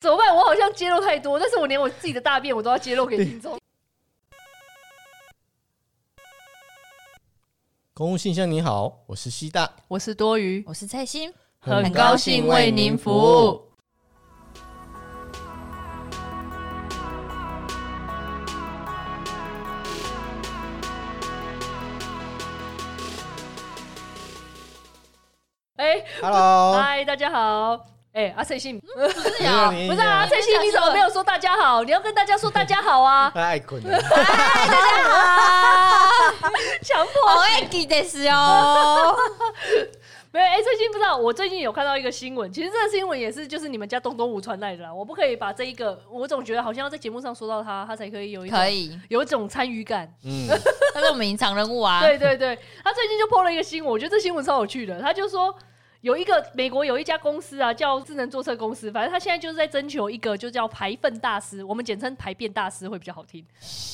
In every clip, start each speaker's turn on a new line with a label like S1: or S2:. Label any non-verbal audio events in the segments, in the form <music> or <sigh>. S1: 怎么办？我好像揭露太多，但是我连我自己的大便我都要揭露给听众。
S2: 公务信箱，你好，我是西大，
S3: 我是多余，
S4: 我是蔡心，
S3: 很高兴为您服务。
S1: 哎，
S3: 哦
S2: Hello，
S1: 嗨，大家好。哎，阿蔡信，不
S4: 不是
S2: 没有你
S1: 是啊，
S2: 你
S1: 蔡信，你怎么没有说大家好？你要跟大家说大家好
S3: <laughs>
S1: 啊，
S2: 太哎爱困
S1: <laughs>
S2: 了。
S1: 强
S4: 我
S1: 迫啊
S4: 爱记得是哦。
S1: 没有？哎，最近不知道，我最近有看到一个新闻，其实这个新闻也是就是你们家东东吴传来的啦。我不可以把这一个，我总觉得好像要在节目上说到他，他才可以有一种
S4: <laughs> 可以，
S1: 有一种参与感。
S2: 嗯，
S4: 那是我们隐藏人物啊。
S1: 对对对，他最近就 PO 了一个新闻，我觉得这新闻超有趣的。他就说有一个美国有一家公司啊，叫智能坐车公司，反正他现在就是在征求一个就叫排粪大师，我们简称排便大师会比较好
S4: <laughs>
S1: 听。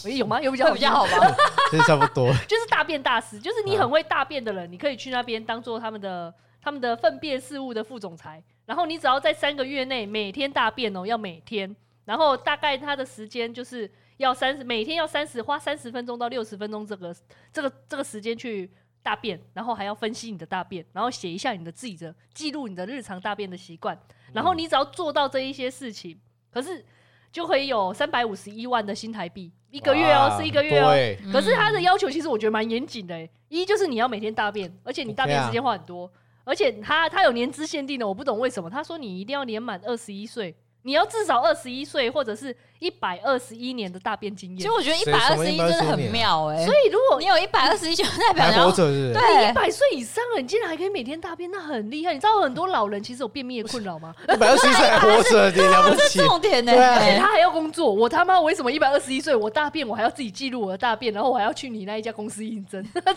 S1: 诶有吗？有比较
S4: 会比较好
S1: 听
S4: 吧？
S2: 这差不多。
S1: 就是大便大师，就是你很会大便的人，你可以去那边当做他们的他们的粪便事务的副总裁。然后你只要在三个月内每天大便哦，要每天，然后大概他的时间就是要三十，每天要三十，花三十分钟到六十分钟这个这个这个时间去大便，然后还要分析你的大便，然后写一下你的自己的记录你的日常大便的习惯。然后你只要做到这一些事情，可是就可以有三百五十一万的新台币一
S2: 一
S1: 个月哦，是一个月哦。
S2: 啊对，
S4: 嗯
S1: 可是他的要求其实我觉得蛮严谨的、欸，一就是你要每天大便，而且你大便
S2: OK 啊
S1: 时间花很多，而且他他有年资限定的，我不懂为什么。他说你一定要年满二十一岁，你要至少二十一岁或者是一百二十一年的大便经验
S4: 其实。我觉得一
S2: 谁
S4: 百二
S2: 什么
S4: 十一
S2: 121
S4: 真的很妙哎、
S2: 啊
S1: 所以如果
S4: 你哎有一百二十一就代表
S2: 还
S4: 然
S2: 活
S4: 后
S2: 着是不是？
S1: 你一
S4: 对，
S1: 百岁以上了，你竟然还可以每天大便，那很厉害。你知道很多老人其实有便秘的困扰吗？
S2: 一百二十岁还活着，你了不
S4: 这
S2: 起
S4: 是。重点呢、欸
S2: 对啊
S1: 而哎且他还要工作，我他妈为什么一百二十一岁我大便我还要自己记录我的大便，然后我还要去你那一家公司应征， <laughs>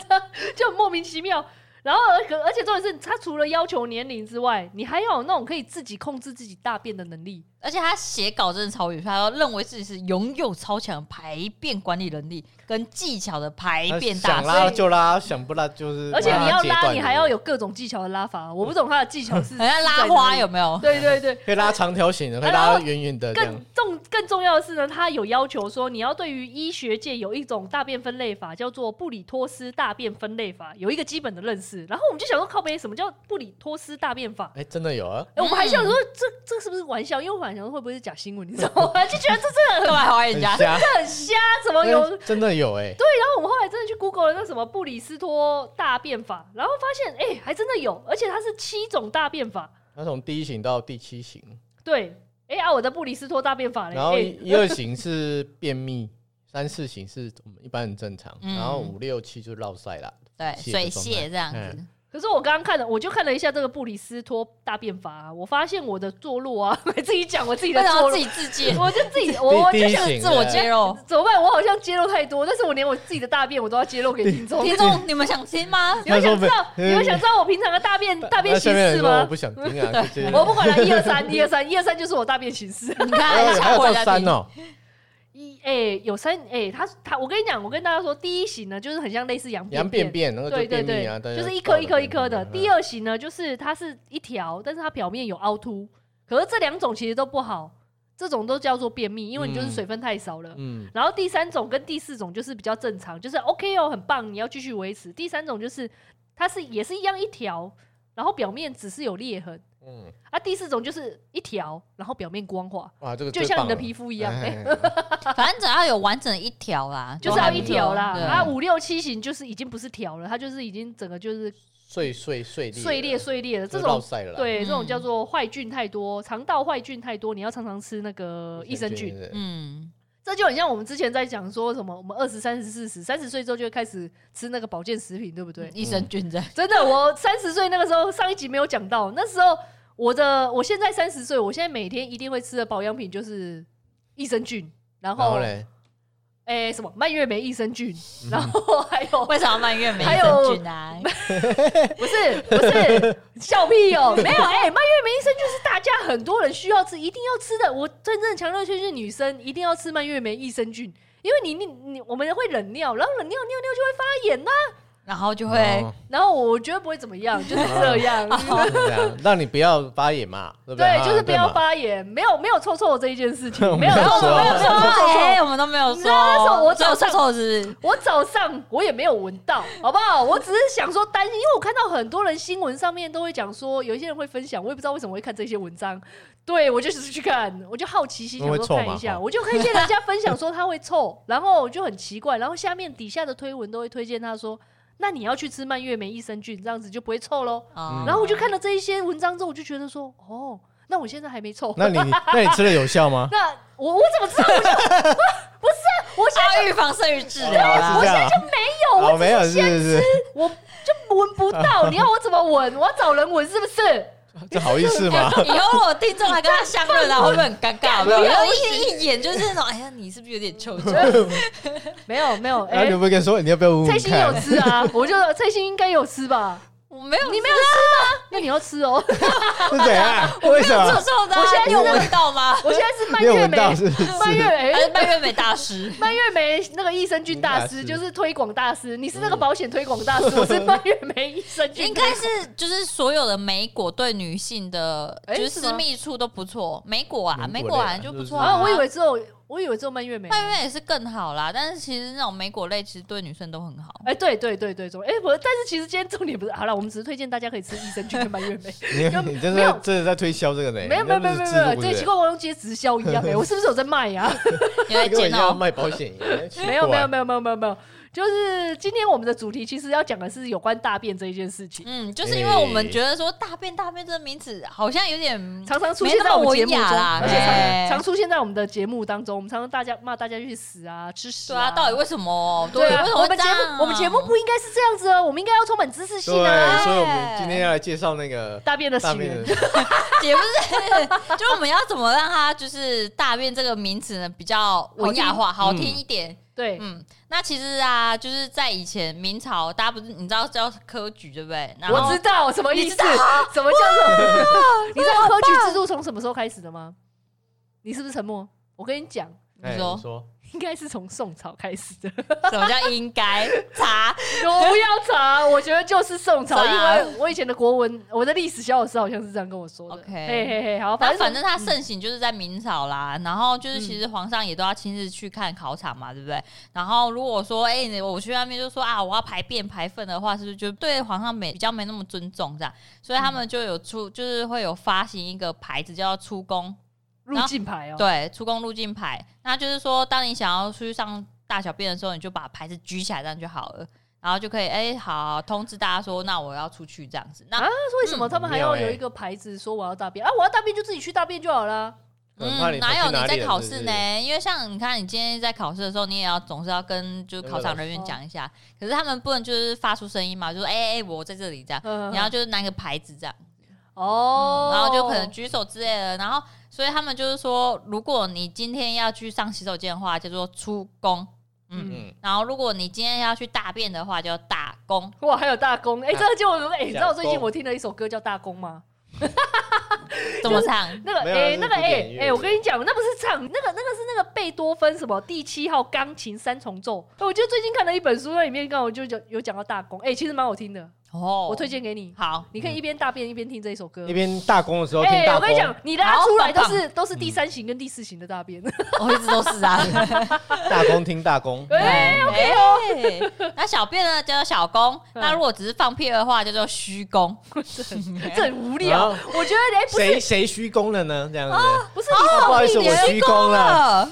S1: 就很莫名其妙。然后而可而且重点是，他除了要求年龄之外，你还要有那种可以自己控制自己大便的能力。
S4: 而且他写稿真的超远，他要认为自己是拥有超强排便管理能力跟技巧的排
S2: 他
S4: 便大
S2: 想
S4: 师。
S2: 拉就拉，想不拉就是。
S1: 而且你要
S2: 把它截
S1: 拉，
S2: 断
S1: 你还要有各种技巧的拉法。我不懂他的技
S4: <laughs>
S1: 巧是
S4: 好像拉花有
S1: 是
S4: 没有？
S1: 在哪里对对对。
S2: 可以拉长条形的，可以
S1: 然
S2: 拉
S1: 后
S2: 到远远的这
S1: 更
S2: 样。
S1: 重更重要的是呢，他有要求说，你要对于医学界有一种大便分类法，叫做布里托斯大便分类法，有一个基本的认识。然后我们就想说，靠背什么叫布里托斯大便法？
S2: 哎，真的有啊，
S1: 哎我们还想说这这是不是玩笑？因为我本来想说会不会是假新闻，你知道吗？ <laughs> 就觉得这真的
S4: 干嘛还怀疑人
S2: 很
S4: 家？
S2: 瞎，
S1: 很很瞎，怎么 <laughs> 有？
S2: 真真的有哎。
S1: 然后我们后来真的去 Google 了那什么布里斯托大便法，然后发现哎、还真的有，而且它是七种大便法。
S2: 他从第一型到第七型，
S1: 对，哎、啊，我的布里斯托大便法嘞，
S2: 然后
S1: 哎
S2: 一一二型是便秘，三四型是我们一般很正常，
S4: 嗯
S2: 然后五六七就绕塞啦。
S4: 对，水蟹这样子，
S2: 嗯
S1: 可是我刚刚看了，我就看了一下这个布里斯托大便法、啊，我发现我的坐落啊， <laughs> 我自己讲我自己
S4: 为
S1: 的
S4: 什么
S1: 坐
S4: 要
S1: 落
S4: 自，
S2: <laughs>
S4: 己自荐？
S1: 我就自己我我
S2: 第
S1: 就
S2: 第一
S1: 想
S2: 型
S4: <laughs> 自我
S2: 对 <laughs>
S4: 揭露，
S1: 怎么办？我好像揭露太多，但是我连我自己的大便我都要揭露给听众。
S4: 听众你们想听吗？
S1: 你们想知道
S2: 他说没
S1: 你们想知道我平常的大便大便
S2: 那下
S1: 形
S2: 面人
S1: 式
S2: 说我
S1: 吗 <laughs>
S2: 不？想听啊，就
S1: 我
S2: 是
S1: 不管
S2: <laughs>
S1: 了，一二三，一二三，一二三就是我大便形式。 <laughs>
S4: 你
S2: 还有哎
S4: 看，
S2: 还
S4: 吓
S2: 有
S4: 我
S2: 到
S4: 一大
S2: 三
S4: 跳。
S2: 哦，
S1: 一哎、有三哎、他他，我跟你讲，我跟大家说，第一型呢就是很像类似羊
S2: 羊便
S1: 便，
S2: 便那个
S1: 对
S2: 就
S1: 对
S2: 便
S1: 对
S2: 秘啊啊，大，家
S1: 就是一颗一颗一颗
S2: 知
S1: 的。
S2: 道
S1: 第二型呢就是它是一条，但是它表面有凹凸，可是这两种其实都不好，这种都叫做便秘，因为你就是
S2: 嗯
S1: 水分太少了。
S2: 嗯，
S1: 然后第三种跟第四种就是比较正常，就是 OK 哦，很棒，你要继续维持。第三种就是它是也是一样一条，然后表面只是有裂痕
S2: 嗯，
S1: 啊。第四种就是一条，然后表面光滑，
S2: 哇，这个
S1: 就
S2: 最
S1: 像
S2: 棒
S1: 你的
S2: 了
S1: 皮肤一样，哎、
S2: 哎
S1: <laughs>
S4: 反正只要有完整的一条啦，
S1: 就是
S4: 都
S1: 要
S4: 还
S1: 一
S4: 不错
S1: 条啦。
S4: 对
S1: 啊，五六七型就是已经不是条了，它就是已经整个就是
S2: 碎碎碎裂
S1: 碎裂碎裂的
S2: 就
S1: 这
S2: 是绕
S1: 种。
S2: 塞了啦，
S1: 对，
S4: 嗯
S1: 这种叫做坏菌太多，肠道坏菌太多，你要常常吃那个益生菌，
S2: 对，
S4: 嗯，
S1: 这就很像我们之前在讲说什么，我们二十三、十四十、三十岁之后就会开始吃那个保健食品，对不对？
S4: 益生菌这样。
S1: 真的，我三十岁那个时候，上一集没有讲到，那时候我的，我现在三十岁，我现在每天一定会吃的保养品就是益生菌，然
S2: 然
S1: 后嗯
S2: 后
S1: 哎、 <laughs>
S2: 嘞，
S1: 什么蔓越莓益生菌，然后还
S4: <laughs>
S1: 有
S4: 为什么蔓越莓益
S1: 还有
S4: 生菌啊？
S1: 不是不是，笑屁哦、没有哎、蔓越莓益生菌是大家很多人需要吃，一定要吃的。我真正强调就是女生一定要吃蔓越莓益生菌，因为你你你我们会冷尿，然后冷尿尿尿就会发炎呐、
S4: 然后就会
S2: 哦
S1: 然后我觉得不会怎么样，就是这
S2: <laughs>
S1: 样。
S2: 是这样让你不要发言嘛，啊对不
S1: 对，就是不
S2: 对嘛
S1: 要发言，没有没有臭臭这一件事情
S2: 我，
S1: 没
S2: 们
S1: 有
S2: 没有
S1: 臭
S2: <laughs>
S1: 臭，
S2: 说
S1: 没有没有臭臭。
S4: 哎，我们都没有
S1: 你
S4: 说，
S1: 知道那时候我
S4: 只有
S1: 早上
S4: 臭臭是不是？
S1: 我早上我也没有闻到， <laughs> 好不好？我只是想说担心，因为我看到很多人新闻上面都会讲说，有一些人会分享，我也不知道为什么会看这些文章。对我就是去看，我就好奇心想
S2: 会
S1: 说
S2: 臭
S1: 看
S2: 吗
S1: 一下，
S2: 哦
S1: 我就看见人家分享说他会臭，然后我就很奇怪，然后下面底下的推文都会推荐他说，那你要去吃蔓越莓益生菌，这样子就不会臭
S2: 嗯
S1: 喽。
S4: 哦
S1: 然后我就看了这一些文章之后，我就觉得说，哦，那我现在还没臭，？
S2: 那你那你吃的有效
S1: <laughs>
S2: 吗
S1: 那我我怎么知道？我就 <laughs> 不是，我现在
S4: 要预防胜于治疗啦
S2: 是这。样啊，
S1: 有，我
S2: 哦，没有，是是是，
S1: 我就闻不到，你要我怎么闻？我要找人闻是不是？
S2: 这好意思吗？
S4: 以后我听众还跟他相认啊，会不会很尴尬？
S1: 不要
S4: 然后一一眼就是那种，哎呀，你是不是有点臭臭？
S1: 没有没有，
S2: 然
S1: <laughs> 哎、
S2: 后你会不会跟说你要不要闻
S1: 蔡
S2: 闻
S1: 欣有
S2: 看？
S1: 吃
S2: <laughs>
S1: 啊，我就蔡欣应该有吃吧？
S4: 我没有，
S1: 你没有吃吗？那你要吃
S2: <laughs>
S1: 哦。
S2: 是怎样？为什
S4: 臭
S2: 么？
S4: 臭的啊，
S1: <laughs> 我现在
S4: 你有闻到吗？
S1: 我现在是蔓
S2: 没有
S1: 越
S2: 闻
S1: 莓，
S2: 到是不
S1: 蔓
S2: 是？ <laughs>
S1: 越
S4: 还是
S1: 莓。
S4: 蔓越莓大师？
S1: 蔓越莓那个益生菌大师
S2: 大师
S1: 就是推广大师，你是那个保险推广大师，
S2: <laughs>
S1: 我是蔓越莓益生菌。
S4: <laughs> 应该是就是所有的莓果对女性的，
S1: 哎
S4: 就是
S1: 是吗
S4: 私密处都不错。莓果啊，莓
S2: 莓
S4: 果
S2: 果
S4: 啊
S2: 类啊
S4: 就不
S2: 就是
S4: 错
S1: 啊，
S4: 啊。
S1: 我以为只有我以为只有蔓越莓。
S4: 蔓越莓也是更好啦，但是其实那种莓果类其实对女生都
S1: <laughs>
S4: 很好。
S1: 哎，对对对对，总哎我，但是其实今天重点不是好了，我们只是推荐大家可以吃益生菌跟蔓越
S2: <laughs>
S1: 莓。
S2: 你你真
S1: 没有
S2: 的真的在推销这个呢？
S1: 没有没有没有没有没有，
S2: 最
S1: 最奇怪我用接直销一样哎，我是不是有在卖呀？
S4: 你会
S2: 跟我
S4: 见
S2: 要
S4: 到
S2: 卖保险一样，奇
S1: 没有没
S2: 怪
S1: 有没有没有没有没有，就是今天我们的主题其实要讲的是有关大便这一件事情，
S4: 嗯，就是因为我们觉得说大便大便这个名词好像有点
S1: 常常出
S4: 嗯没
S1: 现
S4: 那
S1: 在
S4: 么
S1: 我们节
S4: 文
S1: 目中，
S4: 雅啦，
S1: 而且常
S4: 哎
S1: 常出现在我们的节目当中，我们常常大家骂大家去死啊、吃屎
S4: 对啊，到底为什么？
S1: 对啊
S4: 为什么
S1: 我
S4: 会
S1: 们
S4: 这
S1: 节目
S4: 样？
S1: 我们节目不应该是这样子哦，我们应该要充满知识性
S2: 对，
S1: 啊，
S2: 所以我们今天要来介绍
S1: <laughs>
S2: 那个
S1: 大便的
S2: 大
S1: 起
S2: 面
S1: 源。
S2: 的
S4: <laughs> 也不是，就我们要怎么让它就是大便这个名词呢比较文雅化，好
S2: 好
S4: 听
S2: 听
S4: 一点。
S1: 对，
S4: 嗯，那其实啊，就是在以前明朝，大家不是你知道叫科举对不对？然
S1: 我
S4: 后
S1: 知道什么意
S4: 你
S1: 思
S4: 知道，
S1: 什么叫做？
S4: <laughs>
S1: 你知道科举制度从什么时候开始的吗？你是不是沉默？我跟你讲，
S2: 哎
S4: 你说
S2: 你说
S1: 应该是从宋朝开始的。
S4: 什么叫应该
S1: <laughs>
S4: 查？
S1: 我不要查，我觉得就是宋朝，因
S4: 查
S1: 为我以前的国文，我的历史小老师好像是这样跟我说的。
S4: OK
S1: 嘿嘿嘿，好，
S4: 反
S1: 反
S4: 正
S1: 正嗯
S4: 反正它盛行就是在明朝啦，然后就是其实皇上也都要亲自去看考场嘛，对不对？然后如果说哎、你我去那边就说啊，我要排便排粪的话，是不是就对皇上没比较没那么尊重这样？所
S1: 嗯
S4: 以他们就有出，就是会有发行一个牌子叫出宫
S1: 入境牌哦、
S4: 对，出宫路径牌，那就是说，当你想要出去上大小便的时候，你就把牌子举起来，这样就好了，然后就可以哎、好通知大家说，那我要出去这样子。那、
S1: 啊那为什么他
S2: 嗯
S1: 们还要
S2: 欸
S1: 有一个牌子说我要大便、啊？我要大便就自己去大便就好啦。
S2: 很怕你跑
S4: 嗯哪
S2: 去
S4: 有你
S2: 哪里
S4: 在
S2: 了
S4: 考
S2: 是不
S4: 试
S2: 是
S4: 呢？因为像你看，你今天在考试的时候，你也要总是要跟就是
S2: 跟
S4: 考
S2: 老
S4: 场人员
S1: 师
S4: 讲一下，可是他们不能就是发出声音嘛，就说哎哎、我在这里这样，
S1: 嗯，
S4: 你要就是拿一个牌子这样。
S1: 哦、
S4: 然后就可能举手之类的，然后所以他们就是说，如果你今天要去上洗手间的话，叫做出宫，嗯，
S2: 嗯，
S4: 然后如果你今天要去大便的话，叫打工。
S1: 哇，还有大公哎、
S2: 啊
S1: 这个就哎、你知道
S2: 小
S1: 最近
S2: 公
S1: 我听了一首歌叫《大公》吗？
S4: 怎么唱？
S1: 那个
S2: 没有
S1: 哎、
S2: 那
S1: 那
S2: 是
S1: 个
S2: 古
S1: 哎
S2: 典
S1: 哎、
S2: 乐
S1: 我跟你讲，那不是唱那个那个是那个贝多芬什么第七号钢琴三重奏。哎我就最近看了一本书，那里面刚好就有有讲到大公，哎、其实蛮好听的，
S4: 哦
S1: 我推荐给你。
S4: 好，
S1: 你可以一边大便一边听这一首歌。
S2: 嗯一边大功的时候听
S1: 哎、
S2: 大
S1: 我跟你讲
S2: 功，，
S1: 你拉出来都是都是第三型跟第四型的大
S2: 嗯
S1: 便。
S4: 我一直都
S2: <laughs>
S4: 是啊。
S2: 大功听大功，
S1: 哎、
S4: OK 哎那小便呢叫做小工，
S1: 嗯
S4: 那如果只是放屁的话叫做虚
S2: <laughs>
S4: 工。
S1: 这很无聊。
S2: 啊
S1: 我觉得哎、不
S2: 谁谁虚功了呢？这样子，
S1: 不是你
S2: 不好意思，
S1: 你
S2: 我虚功了。
S4: 了，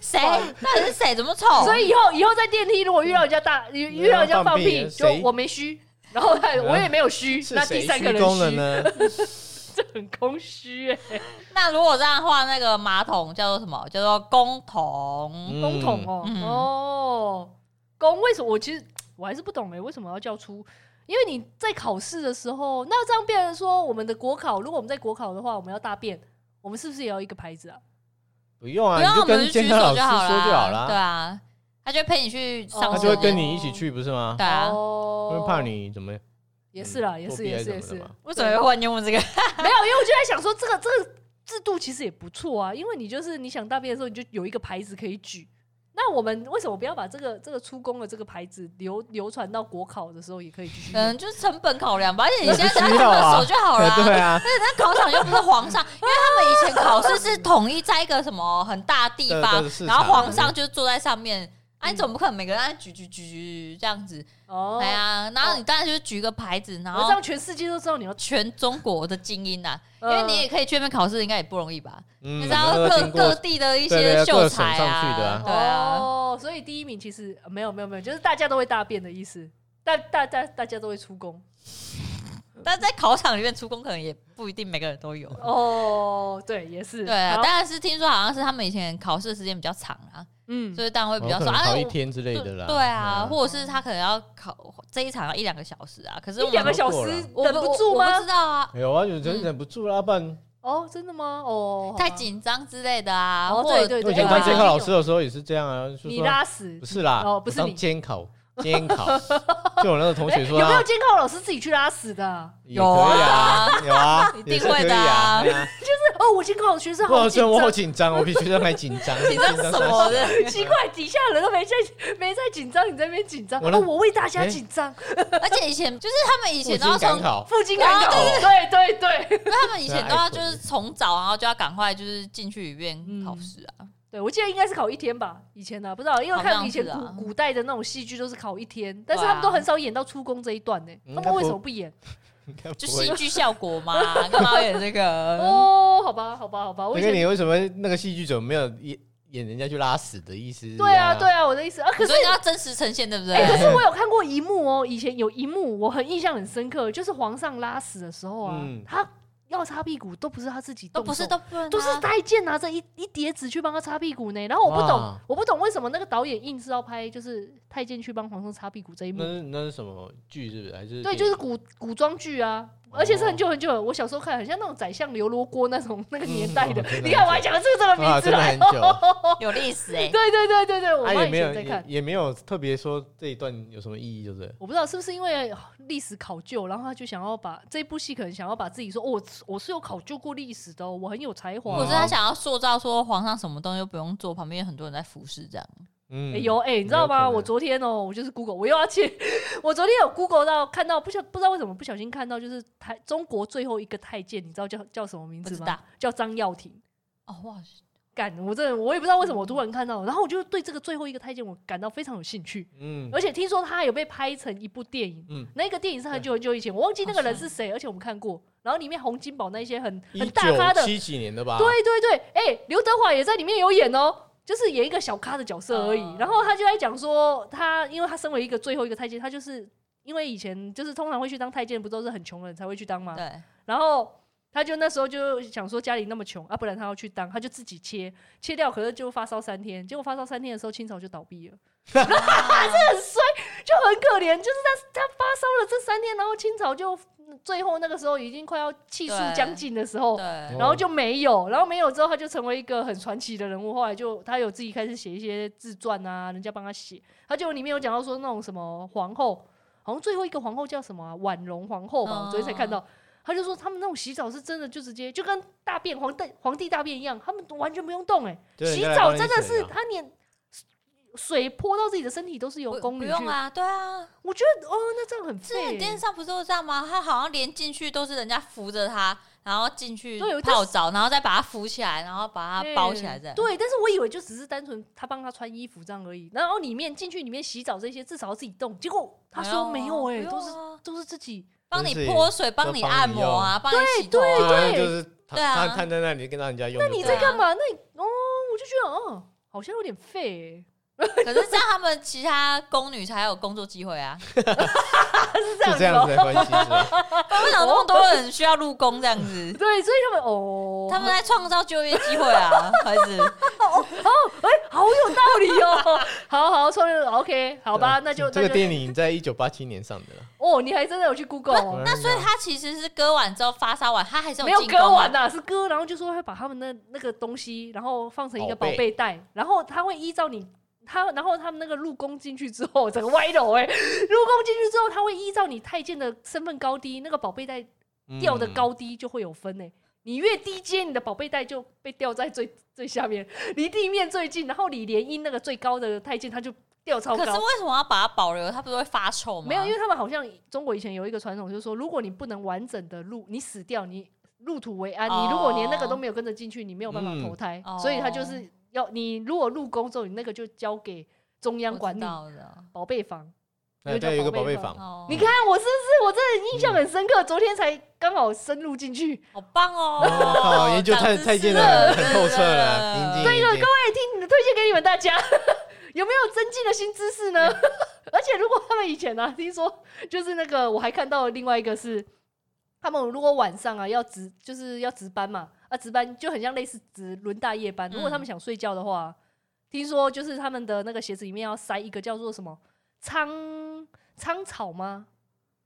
S4: 谁？到底是谁？怎么丑？
S2: 哦
S1: 所以以后以后在电梯如果遇到人家大遇遇到人家放屁，
S2: 放屁
S1: 就
S2: 谁
S1: 我没虚，然后他我也没有虚，
S2: 是
S1: 那第
S2: 谁
S1: 三个
S2: 虚
S1: 人
S2: 功了
S1: 虚，
S2: 呢？
S1: 这很空虚哎、
S4: 那如果这样的话，那个马桶叫做什么？叫做公桶。
S2: 嗯
S1: 公桶哦、
S4: 嗯
S1: 哦，公为什么？我其实我还是不懂哎、为什么要叫出？因为你在考试的时候，那这样变成说，我们的国考，如果我们在国考的话，我们要大便，我们是不是也要一个牌子啊？
S2: 不用啊，
S4: 不用，
S2: 你
S4: 我
S2: 就跟
S4: 们就举
S2: 监
S4: 手
S2: 考老师说
S4: 好
S2: 就好
S4: 啦。对
S2: 啦，
S4: 啊，他就会陪你去上
S1: 哦
S4: 厕所，
S2: 他就会跟你一起去，不是吗？
S4: 对啊。
S1: 哦
S2: 因为怕你怎么
S1: 也是啦，
S2: 嗯
S1: 也
S2: 作
S1: 是
S2: 弊
S1: 也
S2: 还
S1: 是
S2: 是
S1: 也
S2: 什
S1: 是
S2: 么的嘛，
S4: 为什么会换用这个？
S1: 没有，因为我就在想说，这个这个制度其实也不错啊，因为你就是你想大便的时候，你就有一个牌子可以举。那那我们为什么不要把这个这个出宫的这个牌子流流传到国考的时候也可以继续用？
S4: 嗯，就是成本考量吧，而且你现在拿
S2: 不需要啊
S4: 他手就好了、
S2: <laughs> 对啊，
S4: 那考场又不是皇上，因为他们以前考试是统一在一个什么很大的地
S2: 对
S4: 方
S2: 对是，市
S4: 然后
S2: 场
S4: 皇上就坐在上面。啊，
S1: 嗯
S4: 你总不可能每个人按举举举举这样子，
S1: 哦
S4: 对啊，然后你当然就是举一个牌子，然
S1: 我
S4: 后
S1: 让全世界都知道你要，
S4: 全中国的精英呐、因
S1: 呃
S4: 为你也可以去那边考试，应该也不容易吧？
S2: 嗯，
S4: 你知
S2: 那
S4: 道
S2: 都
S4: 各
S2: 经
S4: 各
S2: 过
S4: 地的一
S2: 对
S4: 些
S2: 对
S4: 秀
S2: 各省
S4: 才
S2: 上去的啊
S4: 对啊，
S1: 哦，所以第一名其实呃没有没有没有，就是大家都会大便的意思，大大大大家都会出宫
S4: 但在考场里面出工可能也不一定每个人都有。
S1: 哦，对，也是
S4: 对啊，
S1: 好
S4: 当然是听说好像是他们以前考试的时间比较长啊，
S1: 嗯
S4: 所以当然会比较
S2: 哦可
S4: 少。
S2: 能
S4: 啊
S2: 考一
S4: 我
S2: 天之类的啦。
S4: 对啊，
S2: 嗯
S4: 或者是他可能要考这一场要一两个小时啊，可是我
S1: 一
S4: 们
S1: 两个
S2: 小
S1: 小
S2: 过
S1: 时
S2: 了
S4: 我
S1: 忍不住
S4: 我我
S1: 吗
S4: 不知？道啊，
S2: 有啊，有人
S4: 嗯
S2: 忍不住啦，不然
S1: 哦，真的吗？哦，好吧
S4: 太紧张之类的啊，
S1: 哦
S4: 或
S1: 对
S4: 者
S1: 对
S2: 我
S1: 对
S2: 以前当监
S1: 对
S2: 考老师的时候也是这样啊，就
S1: 你
S2: 说
S1: 拉屎
S2: 不是啦，
S1: 哦不是
S2: 我
S1: 你
S2: 当监考，监考，就我那个同
S1: 哎
S2: 学
S1: 有
S2: 说
S1: 没有
S2: 啊，
S1: 监考老师自己去拉屎的啊？
S2: 也可以啊，有啊，
S4: 一
S2: 也
S4: 定
S2: 是
S4: 会
S2: 可以
S4: 的啊
S2: 啊。对啊
S1: 哦，我监考的学生
S2: 不
S1: 好
S2: 好
S1: 紧
S2: 说，我好
S1: 张，
S2: 紧张，我比学生还紧张，
S4: 紧张什么
S1: <laughs>
S4: 的？
S1: 奇怪，底下人都没在没在紧张，你在那边紧张，
S2: 我那
S1: 哦，我为大家
S2: 哎
S1: 紧张，
S4: 而且以前就是他们以
S2: 父
S4: 前
S2: 亲
S4: 都要
S2: 赶
S4: 从
S2: 考，
S1: 父亲
S4: 哦
S1: 赶考，对对对，
S4: 因为他们以前都要就
S2: 真爱
S4: 是
S2: 鬼
S4: 从早，然后就要赶快就是进去里
S1: 嗯
S4: 面考试啊。
S1: 对我记得应该是考一天吧，以前呢、啊、不知道，因为
S4: 好
S1: 看
S4: 像
S1: 以前
S4: 是
S1: 古、
S4: 啊
S1: 古代的那种戏剧都是考一天，但是
S4: 对啊
S1: 他们都很少演到出宫这一段呢、
S2: 嗯
S1: 他们
S2: 他不
S1: 为什么不演？
S2: 应该
S4: 就
S2: 不
S4: 戏
S2: 会。
S4: 剧效果嘛，干嘛演这个？
S1: <laughs> 哦，好吧，好吧，好吧，我以
S2: 嗯那个
S1: 前
S2: 你为什么那个戏剧组没有演演人家去拉屎的意思一样？啊
S1: 对啊，对啊，我的意思啊，可是
S4: 所以要真实呈现，对不
S1: 哎、可
S4: 对？
S1: 是我有看过一幕哦，以前有一幕我很印象很深刻，就是皇上拉屎的时候啊，
S2: 嗯
S1: 他要擦屁股都不是他自己
S4: 都
S1: 动手，
S4: 不是都不能啊
S1: 都是太监拿着一一叠纸去帮他擦屁股呢。然后我不懂
S2: 哇，
S1: 我不懂为什么那个导演硬是要拍就是太监去帮皇上擦屁股这一
S2: 那
S1: 幕。
S2: 是那是什么剧？是不是还是
S1: 对，
S2: 电
S1: 就是
S2: 影
S1: 古古装剧啊，而且是很久很久，我小时候看，很像那种宰相刘罗锅那种那个年代的
S2: 嗯
S1: <laughs>
S2: 哦。真的
S1: 你看，
S2: 很
S1: 我还
S2: 久
S1: 讲得出这个名
S2: 啊
S1: 字
S2: 真的
S1: 来
S2: 很。
S4: 有历史哎
S1: 对。对对对 <laughs> 对，我
S2: 啊
S1: 妈
S2: 也
S1: 以
S2: 没有
S1: 前在看
S2: 也。也没有特别说这一段有什么意义，就是
S1: 我不知道是不是因为历史考究，然后他就想要把这部戏可能想要把自己说，哦、我我是有考究过历史的哦、我很有才华、哦
S4: 我是他想要塑造说皇上什么东西都不用做，旁边有很多人在服侍这样。
S1: 哎
S2: 嗯
S1: 呦，哎、你知道
S2: 有可
S1: 吗？
S2: 能
S1: 我昨天哦、我就是 Google，我又要去，我昨天有 Google 到看到不晓不知道为什么不小心看到，就是台中国最后一个太监，你知道叫叫什么名字
S4: 不知
S1: 吗
S4: 道？
S1: 叫张耀廷。
S4: 哦哇，
S1: 干，我真的我也不知道为什么
S2: 嗯
S1: 我突然看到，然后我就对这个最后一个太监我感到非常有兴趣，
S2: 嗯
S1: 而且听说他有被拍成一部电影，
S2: 嗯，
S1: 那个电影是很久很久以前，我忘记那个人是谁，而且我们看过。然后里面洪金宝那一些很
S2: 一
S1: 很大咖的
S2: 九，七几年的吧？
S1: 对对对，哎、刘德华也在里面有演哦，就是演一个小咖的角色而已。
S4: 哦
S1: 然后他就在讲说，他因为他身为一个最后一个太监，他就是因为以前就是通常会去当太监，不都是很穷人才会去当吗？
S4: 对，
S1: 然后他就那时候就想说家里那么穷啊，不然他要去当，他就自己切切掉，可是就发烧三天，结果发烧三天的时候清朝就倒闭了，这很衰，就很可怜，就是他他发烧了这三天，然后清朝就嗯最后那个时候已经快要气数
S4: 对
S1: 将近的时候。
S4: 对，
S1: 然后就没有，然后没有之后，他就成为一个很传奇的人物。后来就他有自己开始写一些自传啊，人家帮他写。他就里面有讲到说那种什么皇后，好像最后一个皇后叫什么、啊、婉容皇后吧，我昨天才看到。他就说他们那种洗澡是真的，就直接就跟大便皇帝皇帝大便一样，他们完全不用动哎、
S2: 对
S1: 洗
S2: 人家来
S1: 澡
S2: 帮你
S1: 真的
S2: 水
S1: 是
S2: 啊
S1: 他连水泼到自己的身体都是由
S4: 不
S1: 宫
S4: 不
S1: 女
S4: 用
S1: 去。
S4: 啊，对啊，
S1: 我觉得哦，那这样很
S4: 之前
S1: 废、
S4: 电视
S1: 欸。
S4: 上不是都这样吗？他好像连进去都是人家扶着他，然后进去
S1: 对我就
S4: 泡澡，然后再把他扶起来，然后把他包起来，这样。
S1: 对，但是我以为就只是单纯他帮他穿衣服这样而已，然后里面进去里面洗澡这些至少要自己动，结果他说没有哎、
S4: 不用啊
S1: 都是都是自己，
S4: 帮你泼水，帮你按摩啊，帮你洗头
S1: 对
S4: 啊。
S2: 他好像哦就是他
S4: 对啊
S2: 他看在那里跟让人家用就
S1: 那你
S2: 对了，啊
S4: 这
S1: 在干
S4: 样
S1: 嘛？那你哦，我就觉得哦，好像有点废、
S4: 可是这样他们其他宫女才有工作机会
S1: <laughs>
S4: 啊。
S1: 欸，是
S2: 是这样子的哦关系是吧？
S4: 为什么那么多人需要入宫这样子？
S1: <laughs> 对，所以他们哦，
S4: 他们在创造就业机会啊，孩子。
S1: 好有道理哦， <laughs> 好好创业，OK，好吧，
S2: 对啊
S1: 那就
S2: 这
S1: 那
S2: 个
S1: 就
S2: 电影在一九八七年上的了，
S1: 哦，你还真的有去 Google，哦
S4: 那所以他其实是割完之后发烧完，他还是
S1: 没有
S4: 进
S1: 割
S4: 宫
S1: 完
S4: 啊。
S1: 呐、是割，然后就说会把他们那那个东西，然后放成一个宝
S2: 宝贝
S1: 贝袋，然后他会依照你。他然后他们那个入宫进去之后，整个歪楼哎、入 <laughs> 宫进去之后，他会依照你太监的身份高低，那个宝贝袋
S2: 嗯
S1: 掉的高低就会有分哎、你越低阶，你的宝贝袋就被吊在最 <laughs> 最下面，离地面最近，然后李莲英那个最高的太监，他就吊超
S4: 可是
S1: 高。
S4: 为什么要把它保留？它不是会发臭吗？
S1: 没有，因为他们好像中国以前有一个传统，就是说，如果你不能完整的入，你死掉，你入土为安，
S4: 哦
S1: 你如果连那个都没有跟着进去，你没有办法投胎，
S4: 嗯
S1: 所以他就是要你如果入宫之后，你那个就交给中央
S4: 我
S1: 管
S4: 知
S1: 理
S4: 道哦的。
S1: 宝贝房。
S2: 那
S1: 有
S2: 对有一
S1: 一
S2: 个
S1: 个
S2: 宝
S1: 宝
S2: 贝
S1: 贝
S2: 房，
S4: 哦，
S1: 你看我是不是？我真的印象很深刻，昨天才刚好深入进去。
S4: 好
S1: <laughs>
S4: 棒哦！
S2: 我靠，研究太
S4: 长知识
S2: 太见了，很透彻了，引进
S1: 对了，
S2: 引
S1: 各
S2: 进
S1: 位听你的推荐给你们大家， <laughs> 有没有增进了新知识呢？ <laughs> 而且如果他们以前呢、啊，听说就是那个，我还看到另外一个是，他们如果晚上啊要值，就是要值班嘛，啊值班就很像类似值轮大夜班。
S2: 嗯
S1: 如果他们想睡觉的话，听说就是他们的那个鞋子里面要塞一个叫做什么苍苍草吗？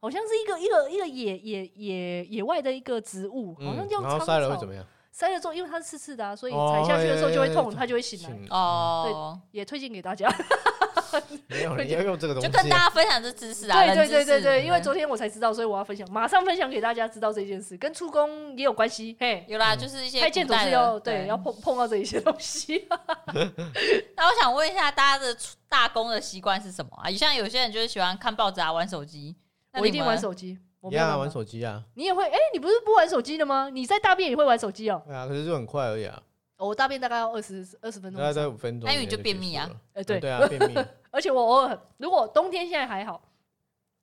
S1: 好像是一个一个一个野野野野外的一个植物，好像
S2: 嗯
S1: 叫
S2: 然
S1: 苍
S2: 后
S1: 草。
S2: 塞了会怎么样？
S1: 塞了之后，因为它是刺刺的、啊，所以
S2: 哦
S1: 踩下去的时候就会痛，
S2: 哎
S1: 它就会醒来。
S2: 醒
S4: 哦，
S1: 也推荐给 <laughs> 大家。
S2: 没有人要用这个东
S4: 就
S2: 西，
S4: 跟大家分享这知识啊，
S1: 对对
S4: 冷知
S1: 对
S4: 识
S1: 对对，因
S2: 嗯
S1: 为昨天我才知道，所以我要分享，马上分享给大家知道这件事，跟出宫也有关系。嘿，
S4: 有啦，就是一些
S1: 开剑
S4: 古
S1: 嗯总
S4: 代
S1: 是
S4: 的
S1: 要对要。碰碰到这一些东 <laughs> 西。
S4: 那我想问一下，大家的大功的习惯是什么啊？像有些人就是喜欢看报纸啊，玩手机。那
S1: 我一
S4: 你
S1: 定
S4: 们
S1: 玩手机，我
S2: 一
S1: 没有
S2: 样
S1: 办
S2: 啊
S1: 法
S2: 玩。手机啊，
S1: 你也会？哎，你不是不玩手机的吗？你在大便也会玩手机哦？
S2: 对啊，可是就很快而已啊，
S1: 哦我大便大概要二十二十分
S2: 大概
S1: 钟。
S2: 在五分钟，
S4: 那因为你就便秘啊，
S1: 哎，对，
S2: 对对
S1: <laughs>
S2: 啊，便秘，
S1: 而且我偶尔，如果冬天现在还好，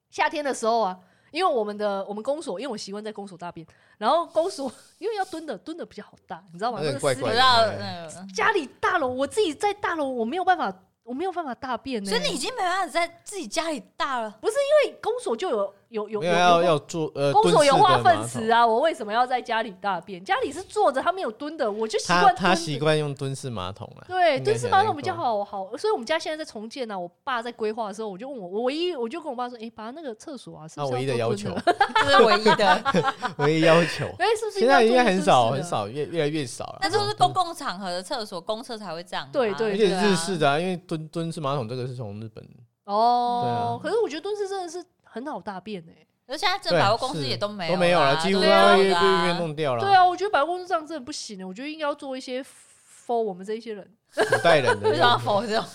S1: 夏天的时候啊，因为我们的我们公所，因为我习惯在公所大便，然后公所因为要蹲的，蹲的比较好大，你知道吗？
S2: 有点
S1: 那个
S2: 怪
S1: 湿
S2: 怪
S4: 我
S2: 的
S4: 知道，
S2: 对
S4: 嗯，
S1: 家里大楼，我自己在大楼，我没有办法，我没有办法大便呢、
S4: 所以你已经没办法在自己家里大了。
S1: <laughs> 因为公所就有有有
S2: 没有要
S1: 有
S2: 要做呃，
S1: 公所有
S2: 蹲式的
S1: 化粪
S2: 马桶
S1: 池啊，我为什么要在家里大便？家里是坐着，他没有蹲的，我就习
S2: 他
S1: 惯
S2: 他
S1: 蹲
S2: 习
S1: 着。
S2: 惯用蹲式马桶啊了。
S1: 对，啊
S2: 应该
S1: 蹲式
S2: 讲
S1: 马
S2: 那
S1: 桶
S2: 个
S1: 比较好好，所以我们家现在在重建呢、啊。我爸在规划的时候，我就问我，我唯一我就跟我爸说，哎、爸，那个厕所啊，是
S2: 他
S1: 不是
S2: 唯一的
S1: 要
S2: 要
S1: 多
S2: 求
S1: 蹲，
S2: <laughs>
S4: 这是唯一的，
S2: 唯一要求，
S1: 哎、 <laughs> 是不是
S2: 现在应该
S1: 做
S2: 很
S1: 蹲
S2: 少
S1: 式
S2: 很
S1: 的？啊
S2: 少，越越来越少了。啊
S4: 那就是公共场合的厕所，公厕才会这样吧。
S1: 对对
S2: 哦而
S1: 而
S2: 且
S4: 啊
S2: 日式的啊，因为蹲蹲式马桶这个是从日本，
S1: 哦、
S2: 对啊
S1: 可是我觉得蹲式真的是很好大便哎、
S4: 可是现在这百货公司
S2: 对啊
S4: 也都没有
S2: 都没有
S4: 啦
S2: 了，几乎
S4: 都
S2: 都
S1: 对啊
S2: 要
S4: 没
S2: 越
S4: 有啦
S2: 被越弄掉了。
S1: 对，啊，我觉得百货公司这样真的不行欸我觉得应该要做一些 for 我们这一些人。
S2: 古代人
S1: <laughs>
S2: 的
S4: 为什么要否这种？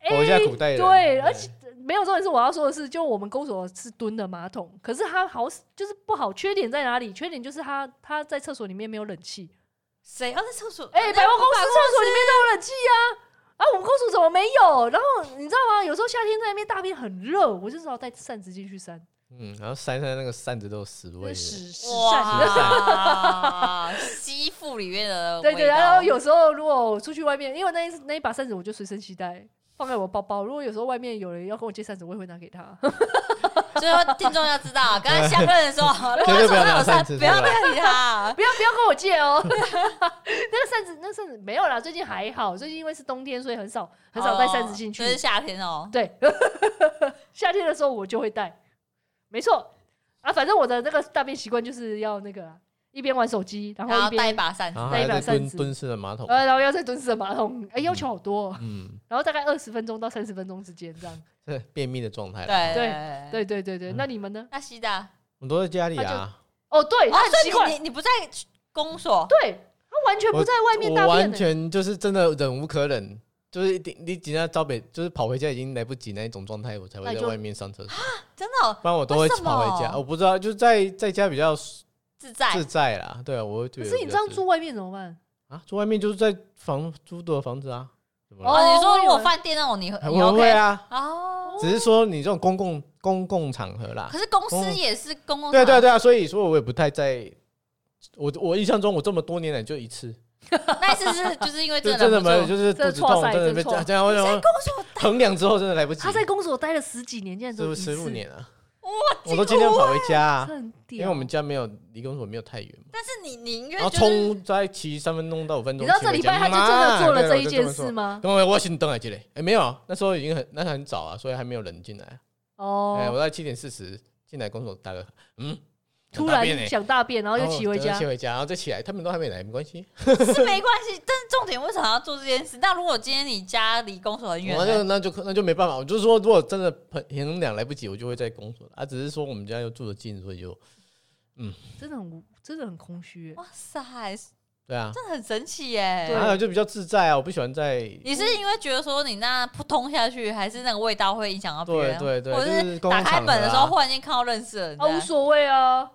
S1: 哎
S2: 我一下古代人
S1: 对，而且没有重点是我要说的是，就我们公所是蹲的马桶，可是它好就是不好，缺点在哪里？缺点就是它它在厕所里面没有冷气。
S4: 谁要在厕所？
S1: 哎、
S4: 那
S1: 百货公司厕所里面都有冷气啊。啊，我们公所怎么没有？然后你知道吗？有时候夏天在那边大便很热，我就只好带扇子进去扇，
S2: 嗯，然后扇扇那个扇子都有屎味
S1: 就是屎
S2: 的，
S1: 屎扇。
S4: 哇，吸附里面的
S1: 对对，
S4: 味道
S1: 然后有时候如果我出去外面，因为那一那一把扇子我就随身携带，放在我包包。如果有时候外面有人要跟我借扇子，我也会拿给他。 <laughs>
S4: 最后听众要知
S2: <laughs>
S4: 道，刚才相认的时候，如
S2: 绝
S4: 果
S2: 对
S4: 手
S2: 不要拿
S4: 上有
S2: 扇
S4: 扇，
S2: 子
S4: 不要
S2: 出
S4: 不
S2: 来
S4: 要理他。
S1: 不要不要跟我借哦。 <laughs> 那个扇子，那个扇子没有啦，最近还好，最近因为是冬天，所以很少很少带扇子进去。
S4: 哦这是夏天哦。
S1: 对， <laughs> 夏天的时候我就会带，没错啊。反正我的那个大便习惯就是要那个啦一边玩手机，然
S4: 然
S1: 后一
S4: 后带一
S1: 边
S4: 把扇子
S2: 然，后
S1: 那
S2: 还
S1: 一把
S2: 在蹲
S1: 扇子
S2: 蹲式的马桶，
S1: 呃，然后要再蹲式的马桶，哎、要求好多、哦，
S2: 嗯，
S1: 然后大概二十分钟到三十分钟之间这样。
S2: 这便秘的状态。
S4: 对，
S1: 对对对
S2: 嗯
S1: 对，那你们呢？
S4: 那西的啊，
S2: 我都在家里啊，
S1: 哦，对，他很
S4: 所
S1: 奇
S4: 以
S1: 怪，
S4: 你你你不在公所，
S1: 对他完全不在外面
S2: 我
S1: 大便欸
S2: 完
S1: 呢、
S2: 全就是真的忍无可忍，就是一定你紧张招北，就是跑回家已经来不及那一种状态，我才
S1: 那
S2: 会
S1: 你
S2: 在
S1: 就啊
S2: 外面上厕所，
S4: 真的哦
S2: 不然我都会
S4: 为什么
S2: 跑回家。我不知道，就在在家比较
S4: 自在
S2: 自在啦，对啊，我会觉
S1: 可
S2: 得比较自
S1: 是
S2: 在。
S1: 你这样住外面怎么办？
S2: 啊，住外面就是在房租的房子啊，怎么了？
S4: 哦。你说如
S1: 我以
S4: 果
S1: 为
S4: 饭店那种，你你
S2: 我会
S4: OK
S2: 啊，
S4: 哦？
S2: 只是说你这种公共公共场合啦
S4: 可，是公司
S2: 公
S4: 也是公共
S2: 对
S4: 场
S2: 对
S4: 合，
S2: 对啊，所以说我也不太在，我我印象中我这么多年来就一次，
S4: <laughs> 那一次是就是因
S2: <laughs>
S4: 为
S2: 就
S4: 真的
S2: 真的
S4: 忍不
S2: 没有，
S4: 住
S2: 就是肚
S1: 这
S2: 子
S1: 错
S2: 痛，
S1: 塞
S2: 真的被
S1: 这错
S2: 这样，我想说
S4: 所
S2: 衡量之后真的来不及，
S1: 他在公所待了十几年，竟然只
S2: 是
S1: 有
S2: 不
S1: 一
S2: 是十五
S1: 次，
S2: 年啊？
S4: 哇
S2: 我都尽量跑回家啊，
S1: 很屌。
S2: 因为我们家没有离公所没有太远嘛，
S4: 但是你你宁愿
S2: 然后
S4: 就是
S2: 冲在骑三分钟到五分
S1: 你
S2: 钟，
S1: 知道这礼拜他就真的做了这一件事
S2: 吗？
S1: 吗？
S2: 因为我先等来这里，哎，没有啊，那时候已经很那很早啊，所以还没有人进来。哎、
S1: 哦，
S2: 我在七点四十进来工作，大哥，嗯，
S1: 突
S2: 想大便欸哦
S1: 然想大便，然后又骑回
S2: 然
S1: 家
S2: 后骑。回家，然后再起来，他们都还没来，没关系，
S4: 是没关系， <laughs> 但是重点为什么要做这件事？那如果今天你家离公所很远
S2: 那
S4: 呢，
S2: 就那就那就没办法。我就是说，如果真的衡衡量来不及，我就会在工作啊。只是说我们家又住的近，所以就嗯，
S1: 真的很无真的很空虚耶、
S4: 哇塞，
S2: 对啊，
S4: 真的很神奇耶！
S1: 对
S2: 还有就比较自在啊，我不喜欢在
S4: 你是因为觉得说你那扑通下去，还是那个味道会影响到别
S2: 对
S4: 人？
S2: 对对，
S4: 或
S2: 就
S4: 者是
S2: 是公
S4: 打
S2: 共
S4: 开
S2: 场合
S4: 门的时候，
S2: 啊 <laughs>
S4: 忽然间看到认识的人
S1: 啊，无
S4: 在，
S1: 所谓啊，啊，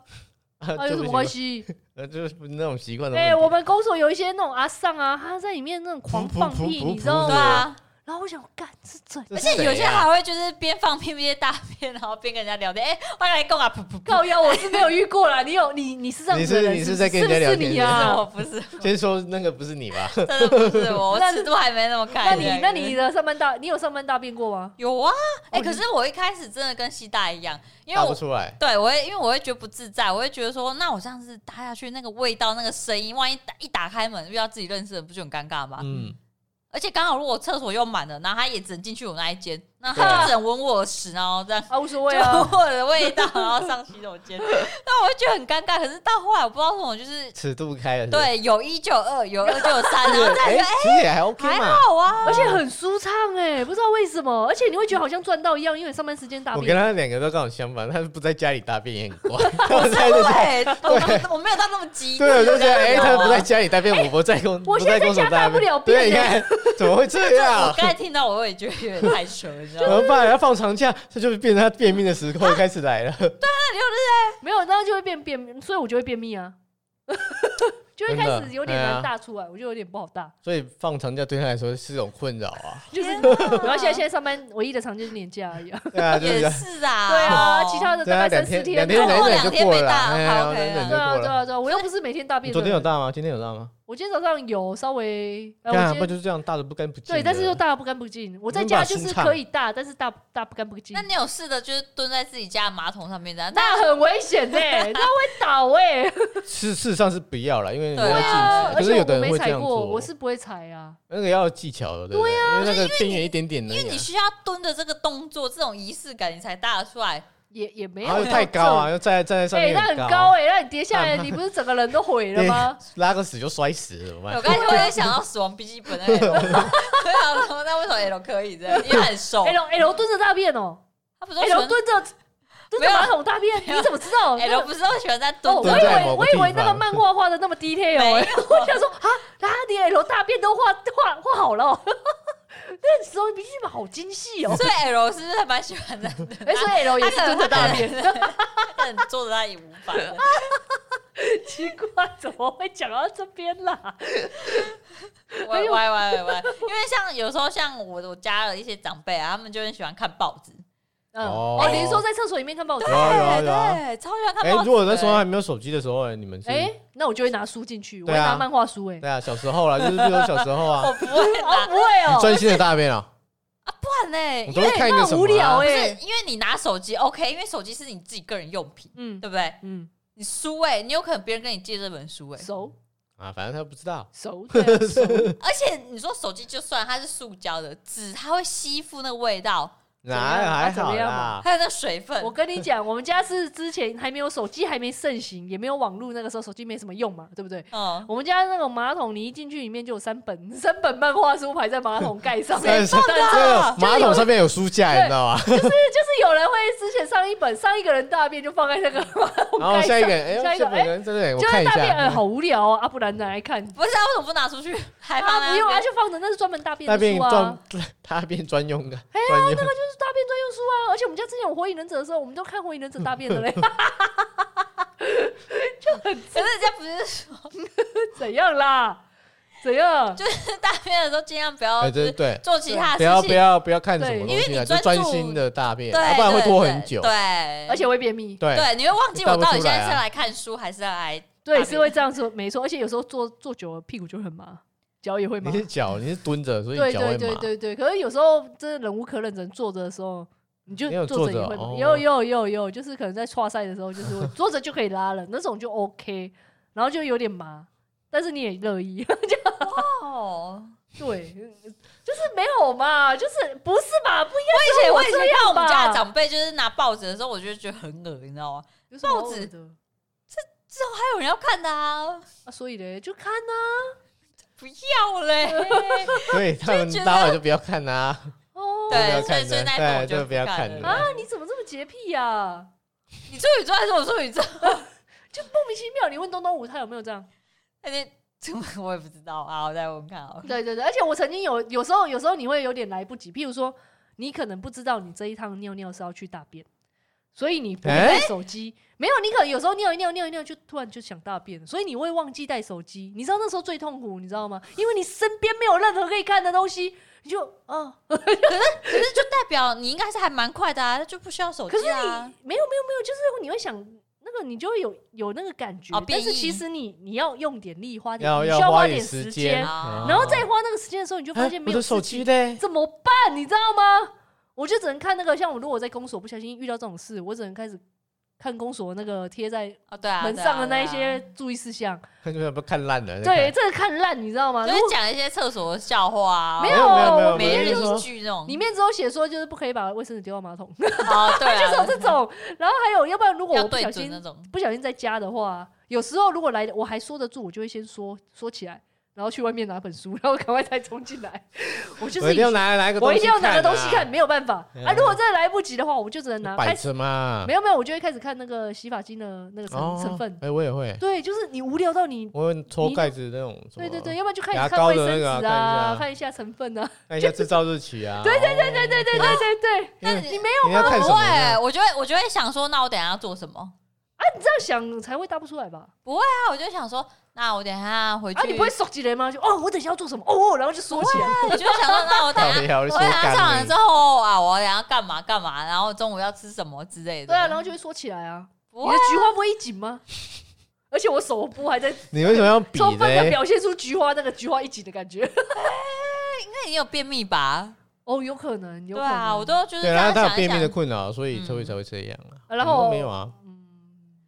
S2: 啊
S1: 有什
S2: 就不
S1: 么
S2: 习
S1: 关
S2: 惯
S1: 系？
S2: 呃， <laughs> 就是那种习惯的问
S1: 哎、
S2: 题。
S1: 我们公所有一些那种阿丧啊，他在里面那种狂
S2: <laughs> 噗噗
S1: 放
S2: 噗
S1: 屁，
S2: 噗
S1: 你知
S2: 噗
S1: 道
S2: 噗
S4: 对
S1: 吗？
S4: 啊，
S1: 然后我想，干是真
S2: <laughs> 这
S4: 而
S2: 是
S4: 且有
S2: 谁
S4: 些
S2: 啊
S4: 还会就是边放屁边大便，然后边跟人家聊天，哎，我来供啊，噗噗噗，
S1: 靠腰，我是没有遇过啦。你有你你是这样
S2: 你
S1: 子的
S2: 是
S1: 人
S2: <laughs> 你
S1: 是
S2: 是
S1: 不
S2: 在跟人家
S1: 是
S2: 聊
S1: 不是
S2: 天
S1: 你
S2: 是不
S4: 是
S1: 啊？
S4: 我不是，
S2: 先说那个不是你吧？
S4: 真的不是我，
S1: 那
S4: 我尺度还没那么
S1: 那
S4: 开。
S1: 你那你的上班大，你有上班大便过吗？
S4: 有啊？哎，
S1: 哦
S4: 可是我一开始真的跟西大一样，因
S2: <laughs>
S4: 为
S2: 答不
S4: 我。
S2: 出来，
S4: 对，我会因为我会觉得不自在，我会觉得说，那我这样子搭下去，那个味道、那个声音，万一打一打开门遇到自己认识的人，不就很尴尬吗？
S2: 嗯，
S4: 而且刚好如果厕所又满了，然后他也只能进去我那一间，那
S2: 对
S4: 他
S2: 啊
S4: 就只能闻我的屎，然后这样。
S1: 啊，无所谓
S4: 就
S1: 啊。
S4: <laughs> 闻我的味道，然后上洗手间，那我会觉得很尴尬。可是到后来，我不知道为什么，就是
S2: 尺度开了是不是，
S4: 对有一就有二，有二就有三，然
S2: 对
S4: 后再
S2: 哎，其实也还 OK
S4: 还
S2: 嘛。
S4: 好啊。
S1: <laughs> 而且很舒畅哎、不知道为什么，而且你会觉得好像赚到一样，因为你上班时间大
S2: 我跟
S1: 便。
S2: 他两个都刚好相反，他是不在家里大便也很
S4: <laughs>
S2: 乖，他们在那
S4: 对，我我没有到那么激
S2: 对，我
S4: 动
S2: 就觉得哎，他不在家里大便，我不在公，
S1: 我
S2: 不
S1: 现在在
S2: 公所
S1: 家大
S2: 大
S1: 不了便
S2: 对，你
S1: 呢
S2: 看怎么会这
S4: 我 <laughs>
S2: 样？
S4: 刚才听到，我也觉得有点害羞，你知道
S2: 怎
S4: 吗？
S2: 么办？要放长假，这就是变成他便秘的时候开始来了。
S1: 没有，那就会变便，所以我就会便秘啊， <laughs> 就会开
S2: 真
S1: 始
S2: 的
S1: 有点
S2: 哎呀
S1: 难大出来，我就有点不好大。
S2: 所以放长假对他来说是种困扰
S1: <laughs>
S2: 啊。
S1: 就是
S4: 天
S1: 然后现在现在上班唯一的长就是年假而已、啊。
S2: 对啊，就是这
S4: 也
S2: 样
S4: 是啊，
S1: 对啊，其他的
S2: 对
S1: 大
S2: 啊，
S1: 概
S2: 两
S1: 三四
S2: 天两天
S1: 啊
S4: 然
S2: 忍
S4: 后
S2: 一忍就
S4: 两天
S2: 过
S4: 没
S2: 了啦，
S4: 大
S2: 哎
S4: 好
S2: 呀
S4: ，OK
S2: 忍一忍就
S1: 对啊，
S2: 过
S1: 对
S2: 了。
S1: 啊，对啊，我又不是每天大
S2: 你
S1: 便的
S2: 昨
S1: 人。
S2: 天有大吗？今天有大吗？
S1: 我今天早上有稍微，呃，
S2: 对啊，
S1: 我今
S2: 不
S1: 天
S2: 就是这样大的不干不净的。
S1: 对，但是又大得不干不净。我在
S2: 你们
S1: 家
S2: 把
S1: 就是
S2: 舒畅
S1: 可以大，但是大大不干不净
S4: 那，你有试着就是蹲在自己家的马桶上面这样？
S1: 那很危险
S4: <laughs>
S1: 呢，那会倒哎。
S2: 事事实上是不要了，因为你
S4: 对
S2: 要
S1: 啊而
S2: 禁止。可是
S1: 且
S2: 有的
S1: 我
S2: 人
S1: 没
S2: 会这
S1: 踩
S2: 样
S1: 过，
S2: 做，
S1: 我是不啊会踩啊。
S2: 那个要有技巧的，对不对？因为那个边缘一点点啊的，
S4: 因为你需要蹲着这个动作，这种仪式感，你才搭得出来。
S1: 也也没
S2: 然后
S1: 有
S2: 又太高啊，，又站站在上
S1: 哎，
S2: 面
S1: 那很高
S2: 高，
S1: 哎，那你跌下
S2: <laughs>
S1: 来，你不是整个人都毁了吗？
S2: 拉个屎就摔死怎么
S4: 我
S2: 办？
S4: 刚才突然想到《死亡笔记本》那
S2: <laughs>
S4: L，对啊，说那为什么 L 可以这样？因为他很瘦
S1: L L 哎蹲着大便哦
S4: 他不是都喜
S1: ，L
S4: 欢
S1: 蹲着蹲
S4: 没
S1: 着
S4: 有啊
S1: 马桶大便，
S4: 没有
S1: 你怎么知道
S4: L 不是都喜欢在
S1: 哦，
S4: 蹲
S1: 我以
S4: 着
S2: 蹲在
S1: 为
S2: 某
S1: 我
S2: 个
S1: 以
S2: 地
S1: 为那个
S2: 方
S1: 漫画画的那么 detail，
S4: 没
S1: 哎 <laughs>
S4: 有
S1: 我想说啊，啊，你 L 大便都画画画好了哦， <laughs> 那时候笔记本好精细哦。
S4: 所以 L 是不是还蛮喜欢这样的？
S1: 哎，所以 L 也是
S4: 他
S1: 蹲着大便，
S4: 便，他很坐着他也无
S1: <laughs>
S4: 法的。
S1: 奇怪，怎么会讲到这边啦？哎
S4: 歪歪歪歪歪，因为像有时候像我我家的一些长辈啊，他们就很喜欢看报纸，
S1: 嗯，
S2: 哦
S1: 哦，你是说在厕所里面看报纸
S2: 有？啊有啊有啊！
S4: 对，超喜欢看
S2: 哎，
S4: 报纸的。
S2: 如果那时候还没有手机的时候，哎你们是？
S1: 哎，那我就会拿书进去，我会
S2: 对啊
S1: 拿漫画书，哎，
S2: 对啊，小时候啦，就是比如小时候啊
S1: <laughs>
S4: 我，不会
S1: 哦，
S4: 拿
S1: 不会
S2: 你
S1: 哦，
S2: 专心的大便啊，
S4: 饭嘞
S2: 我，
S4: 因
S2: 都
S4: 为
S2: 会看一
S1: 那
S2: 个
S1: 很
S2: 什么啊？
S1: 无聊
S4: 不
S1: 哎
S4: 是因为你拿手机 OK，因为手机是你自己个人用品，
S1: 嗯
S4: 对不对？
S1: 嗯，
S4: 你书哎、你有可能别人跟你借这本书哎、
S1: 熟
S2: 啊，反正他不知道。
S1: 熟
S2: <laughs>
S1: 对啊熟，
S4: 而且你说手机就算它是塑胶的，纸它会吸附那个味道，
S2: 哪还
S1: 怎么
S2: 好
S1: 样
S2: 啦？
S1: <laughs>
S4: 还有那水分
S1: 我。跟你讲，我们家是之前还没有手机，还没盛行，也没有网络，那个时候手机没什么用嘛，对不对？
S4: 嗯，
S1: 我们家那种马桶，你一进去里面就有三本三本漫画书排在马桶盖
S2: <laughs>
S1: 上，
S2: 但
S1: <laughs> 面。
S2: 是这个马桶上面有书架，你知道吗？
S1: 就是有人会之前上一本上一个人大便就放在那个马
S2: <laughs>
S1: 桶
S2: 然后
S1: 盖上，
S2: 下一个
S1: <laughs>
S2: 人，
S1: 下
S2: 哎，
S1: 一个
S2: 下一个人，真的，我
S1: 就
S2: 看
S1: 是
S2: 一
S1: 大便，
S2: 下嗯
S1: 哎，，好无聊啊，啊不然拿来看。
S4: 不是啊，为什么不拿出去？ <laughs> 还放
S1: 啊，
S4: 在那
S1: 不用啊，
S4: 边
S1: 就放着，那是专门大便
S2: 大
S1: 的
S2: 便
S1: 书啊，哎
S2: 专 <laughs> 大便专用的，专用的。
S1: 就是大便专用书啊。而且我们家之前有火影忍者的时候，我们都看火影忍者大便的嘞， <laughs>
S4: 可是人家不是说 <laughs>
S1: 怎样啦？怎样？
S4: 大便的时候尽量不要
S2: 哎，
S4: 就
S2: <laughs> 对
S4: 是
S2: 对，
S4: 做其他
S2: 不
S4: 的
S2: 要
S4: 事
S2: 不
S4: 情，
S2: 要不要看什
S1: 啊
S2: 么
S1: 对
S2: 东
S4: 因为
S2: 西啊，就
S4: 你专
S2: 专
S4: 注
S2: 心的大便，啊
S4: 对，
S2: 要不然会
S4: 对
S2: 拖
S4: 对
S2: 很久。
S4: 对，
S1: 而且会便秘。
S2: 对，
S4: 对，你会忘记我到底现
S2: 大
S4: 在
S2: 不出
S4: 是
S2: 来啊
S4: 来看书还是来
S1: 对，
S4: 大便
S1: 是会这样说，没错。而且有时候坐坐久了，屁股就会很麻，脚也会麻
S2: 你。是脚，你是蹲着，所以
S1: 对
S2: 脚会
S1: 对
S2: 麻。 <laughs>
S1: 对对对，可是有时候真的忍无可忍，只能坐着的时候，你就
S2: 你有
S1: 坐着
S2: 坐
S1: 也
S2: 着
S1: 会
S2: 哦
S1: 有有有有，就是可能在刷赛的时候，就是会 <laughs> 坐着就可以拉了，那种就 OK，然后就有点麻，但是你也乐意， <laughs>
S4: 哦？
S1: 对，就是没有嘛，就是不是嘛，不应
S4: 而且
S1: 该
S4: 我以
S1: 以
S4: 前
S1: 这样
S4: 看我们
S1: 吧
S4: 家的？长辈就是拿报纸的时候，我就觉得很恶你知道吗？
S1: 有什么
S4: 报纸
S1: 好的
S4: 还有人要看的啊，
S1: 啊，所以嘞，就看呐，
S4: 不要嘞！
S2: 所以他们
S4: 就觉得
S2: 待会就不要看啊，
S1: 哦，啊
S2: 不
S4: <laughs> 对，
S2: 要
S4: 所以
S2: 看
S4: 所以
S2: 的
S4: 那一本我
S2: 对就
S4: 就
S2: 不要看
S4: 了
S2: 的
S1: 啊，你怎么这么洁癖呀？
S4: <laughs> 你处女座还是我处女座？
S1: 就莫名其妙。你问东东武他有没有这样？
S4: 而且哎 <laughs> 我也不知道啊，我再问看好了。
S1: 对对对，而且我曾经有有时候有时候你会有点来不及，譬如说你可能不知道你这一趟尿尿是要去大便，所以你不会带手机，没有你可能有时候尿一尿尿一尿就突然就想大便，所以你会忘记带手机。你知道那时候最痛苦，你知道吗？因为你身边没有任何可以看的东西，你就啊，
S4: 可是就代表你应该是还蛮快的啊，就不需要手
S1: 可是
S4: 机
S1: 你没有没有
S4: 啊
S1: 没。有，就是你会想。那个你就会有有那个感觉，
S4: 哦
S1: 但是
S4: 变异
S1: 其实你你要用点力，花点
S2: 要
S1: 啊你需要
S2: 花
S1: 点
S2: 时嗯
S1: 间，哦
S4: 啊
S1: 然后再花那个时间的时候，你就
S2: 啊
S1: 发现没
S2: 我
S1: 有
S2: 的手
S1: 事情
S2: 机 <laughs> 嘞，
S1: 怎么办？你知道吗？我就只能看那个，像我如果在公所不小心遇到这种事，我只能开始看公所那个贴在
S4: 哦，对啊，
S1: 门
S4: 对啊
S1: 上的那一，
S4: 对啊
S1: 些注意事项。
S2: 看出来不看烂了。
S1: 对，这个看烂，你知道吗？
S4: 就
S1: 如
S4: 是
S1: 果
S4: 讲一些厕所的笑话啊，
S1: 没
S2: 有没有没有
S1: 我
S2: 没有
S1: 里
S4: 每
S1: 面
S4: 日
S2: 就
S1: 就是
S2: 说
S4: 一句那种
S1: 里。面只有写说就是不可以把卫生纸丢到马桶， <laughs> 就
S4: 哦，对啊，
S1: 是有这种。然后还有，要不然如果
S4: <laughs> 要
S1: 我不
S4: 对
S1: 小
S4: 准那
S1: 心 <laughs>
S4: 种。
S1: 不小心在家的话，有时候如果来我还说得住，我就会先说说起来，然后去外面拿本书，然后赶快再冲进来。我就
S2: 我
S1: 是
S2: 一定要
S1: 以
S2: 拿拿一个，
S1: 我一定要拿个
S2: 啊
S1: 东西看，，没有办法。
S2: 嗯
S1: 啊，如果真的来不及的话，我就只能拿
S2: 摆
S1: 啊开始。
S2: 着嘛。
S1: 没有没有，我就会开始看那个洗发精的那个成、成分。
S2: 哎，我也会，
S1: 对，就是你无聊到你，
S2: 我会抽盖子那种。
S1: 对对对，，要不然就开
S2: 啊牙
S1: 始
S2: 膏
S1: 看
S2: 的
S1: 卫生
S2: 那
S1: 纸
S2: 个啊看一下
S1: 啊，看一下成分
S2: <laughs>
S1: 啊。
S2: 看一下制造日期啊。哦
S1: 对对对对对对对对对。
S4: 那
S2: 因为
S4: 你没
S2: 你要看什
S4: 不
S2: 么呢？
S4: 会，我就会我就会想说，那我等一下要做什么？
S1: 啊，你这样想才会答不出来吧？
S4: 那我就想说，那我等一下回去。
S1: 啊，你不会手起来吗？就哦，我等一下要做什么？哦，哦然后就缩起来。
S4: <laughs> 我就想说，那我等一
S2: <laughs> 到
S4: 下
S2: 底要
S4: 我
S2: 说
S4: 等一下
S2: 干
S4: 上完
S2: 嘞
S4: 之后啊，我等一下干嘛干嘛，然后中午要吃什么之类的。
S1: 对啊，然后就会缩起来啊。
S4: 不
S1: 你
S4: 会
S1: 的菊花不会一紧吗？而且我手部还在
S2: 你为什么要 <laughs> 比
S1: 充分的
S2: 嘞？
S1: 表现出菊花那个菊花一紧的感觉。 <laughs>
S4: 那你有便秘吧？
S1: 哦，有可能，有
S4: 对
S1: 可能。
S4: 啊，我都就是
S2: 对，
S4: 这
S2: 然后
S4: 样
S2: 他
S4: 想
S2: 有
S4: 一
S2: 便秘的
S4: 想。
S2: 困扰，所以
S4: 嗯
S2: 才会才会这样啊。
S1: 啊然后嗯
S2: 你都没有啊，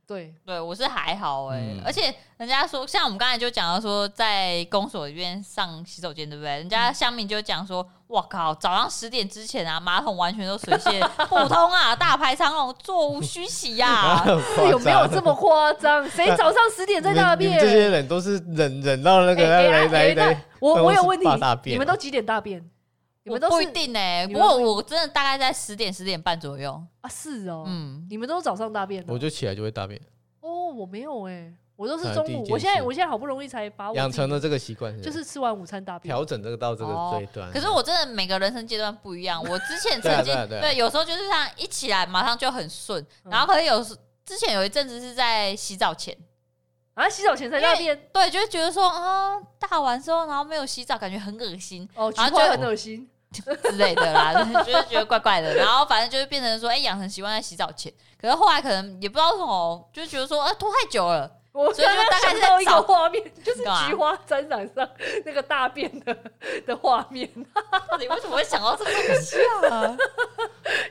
S1: 对，
S4: 对，我是还好哎、
S2: 嗯
S4: 而且人家说，像我们刚才就讲到说，在公所里面上洗手间，对不对？人
S2: 嗯
S4: 家下面就讲说，哇靠，早上十点之前啊，马桶完全都水泄不通啊，大排长龙，座无虚席呀、
S2: <laughs>
S4: 啊。
S1: 是
S2: 是
S1: 有没有
S2: <laughs>
S1: 这么夸张？谁早上十点在大
S2: 你
S1: 便？哎
S2: 们这些人都是忍忍到那
S1: <laughs> 那
S2: 个来来来，办
S1: 我
S2: 公
S1: 我
S2: 室
S1: 有问题
S2: 大大，便
S1: 你们都几点大便？你们都
S4: 我不
S1: 是
S4: 一定哎、
S1: 你
S4: 不
S1: 们
S4: 过
S1: 不
S4: 我真的大概在十点十点半左右，
S1: 啊？是哦，
S4: 嗯，
S1: 你们都是早上大便哦。
S2: 我就起来就会大便，
S1: 哦，我没有哎，我都是
S2: 啊
S4: 呃
S1: 中
S2: 第一
S1: 午。
S2: 件
S1: 我现在
S2: 事
S1: 我现在好不容易才把我
S2: 养成了
S1: 自
S2: 这个习惯，
S1: 己就是吃完午餐大便。
S2: 调整这个到这个
S4: 哦
S2: 这一段。啊
S4: 可是我真的每个人生阶段不一样，我之前
S2: 对啊
S4: 曾
S2: 对啊
S4: 经
S2: 对啊
S4: 对有时候就是这样一起来马上就很顺，
S1: 嗯
S4: 然后可是有时之前有一阵子是在洗澡前，
S1: 啊，洗澡前才大便
S4: 对，就会觉得说啊大完之后然后没有洗澡，感觉很恶心 <laughs>
S1: 哦，菊
S4: 然后
S1: 花
S4: 就
S1: 很恶心。
S4: 之类的啦， <laughs> 就是觉得怪怪的，然后反正就是变成说哎养成习惯在洗澡前，可是后来可能也不知道为什么，就觉得说啊拖太久了，
S1: 我
S4: 所以就
S1: 刚刚
S4: 大概
S1: 想
S4: 是
S1: 到一个
S4: 早
S1: 画
S4: <laughs>
S1: 面，就是
S4: 干嘛
S1: 菊花沾染上那个大便的的画面，
S4: 到底为什么会想到这个东西啊？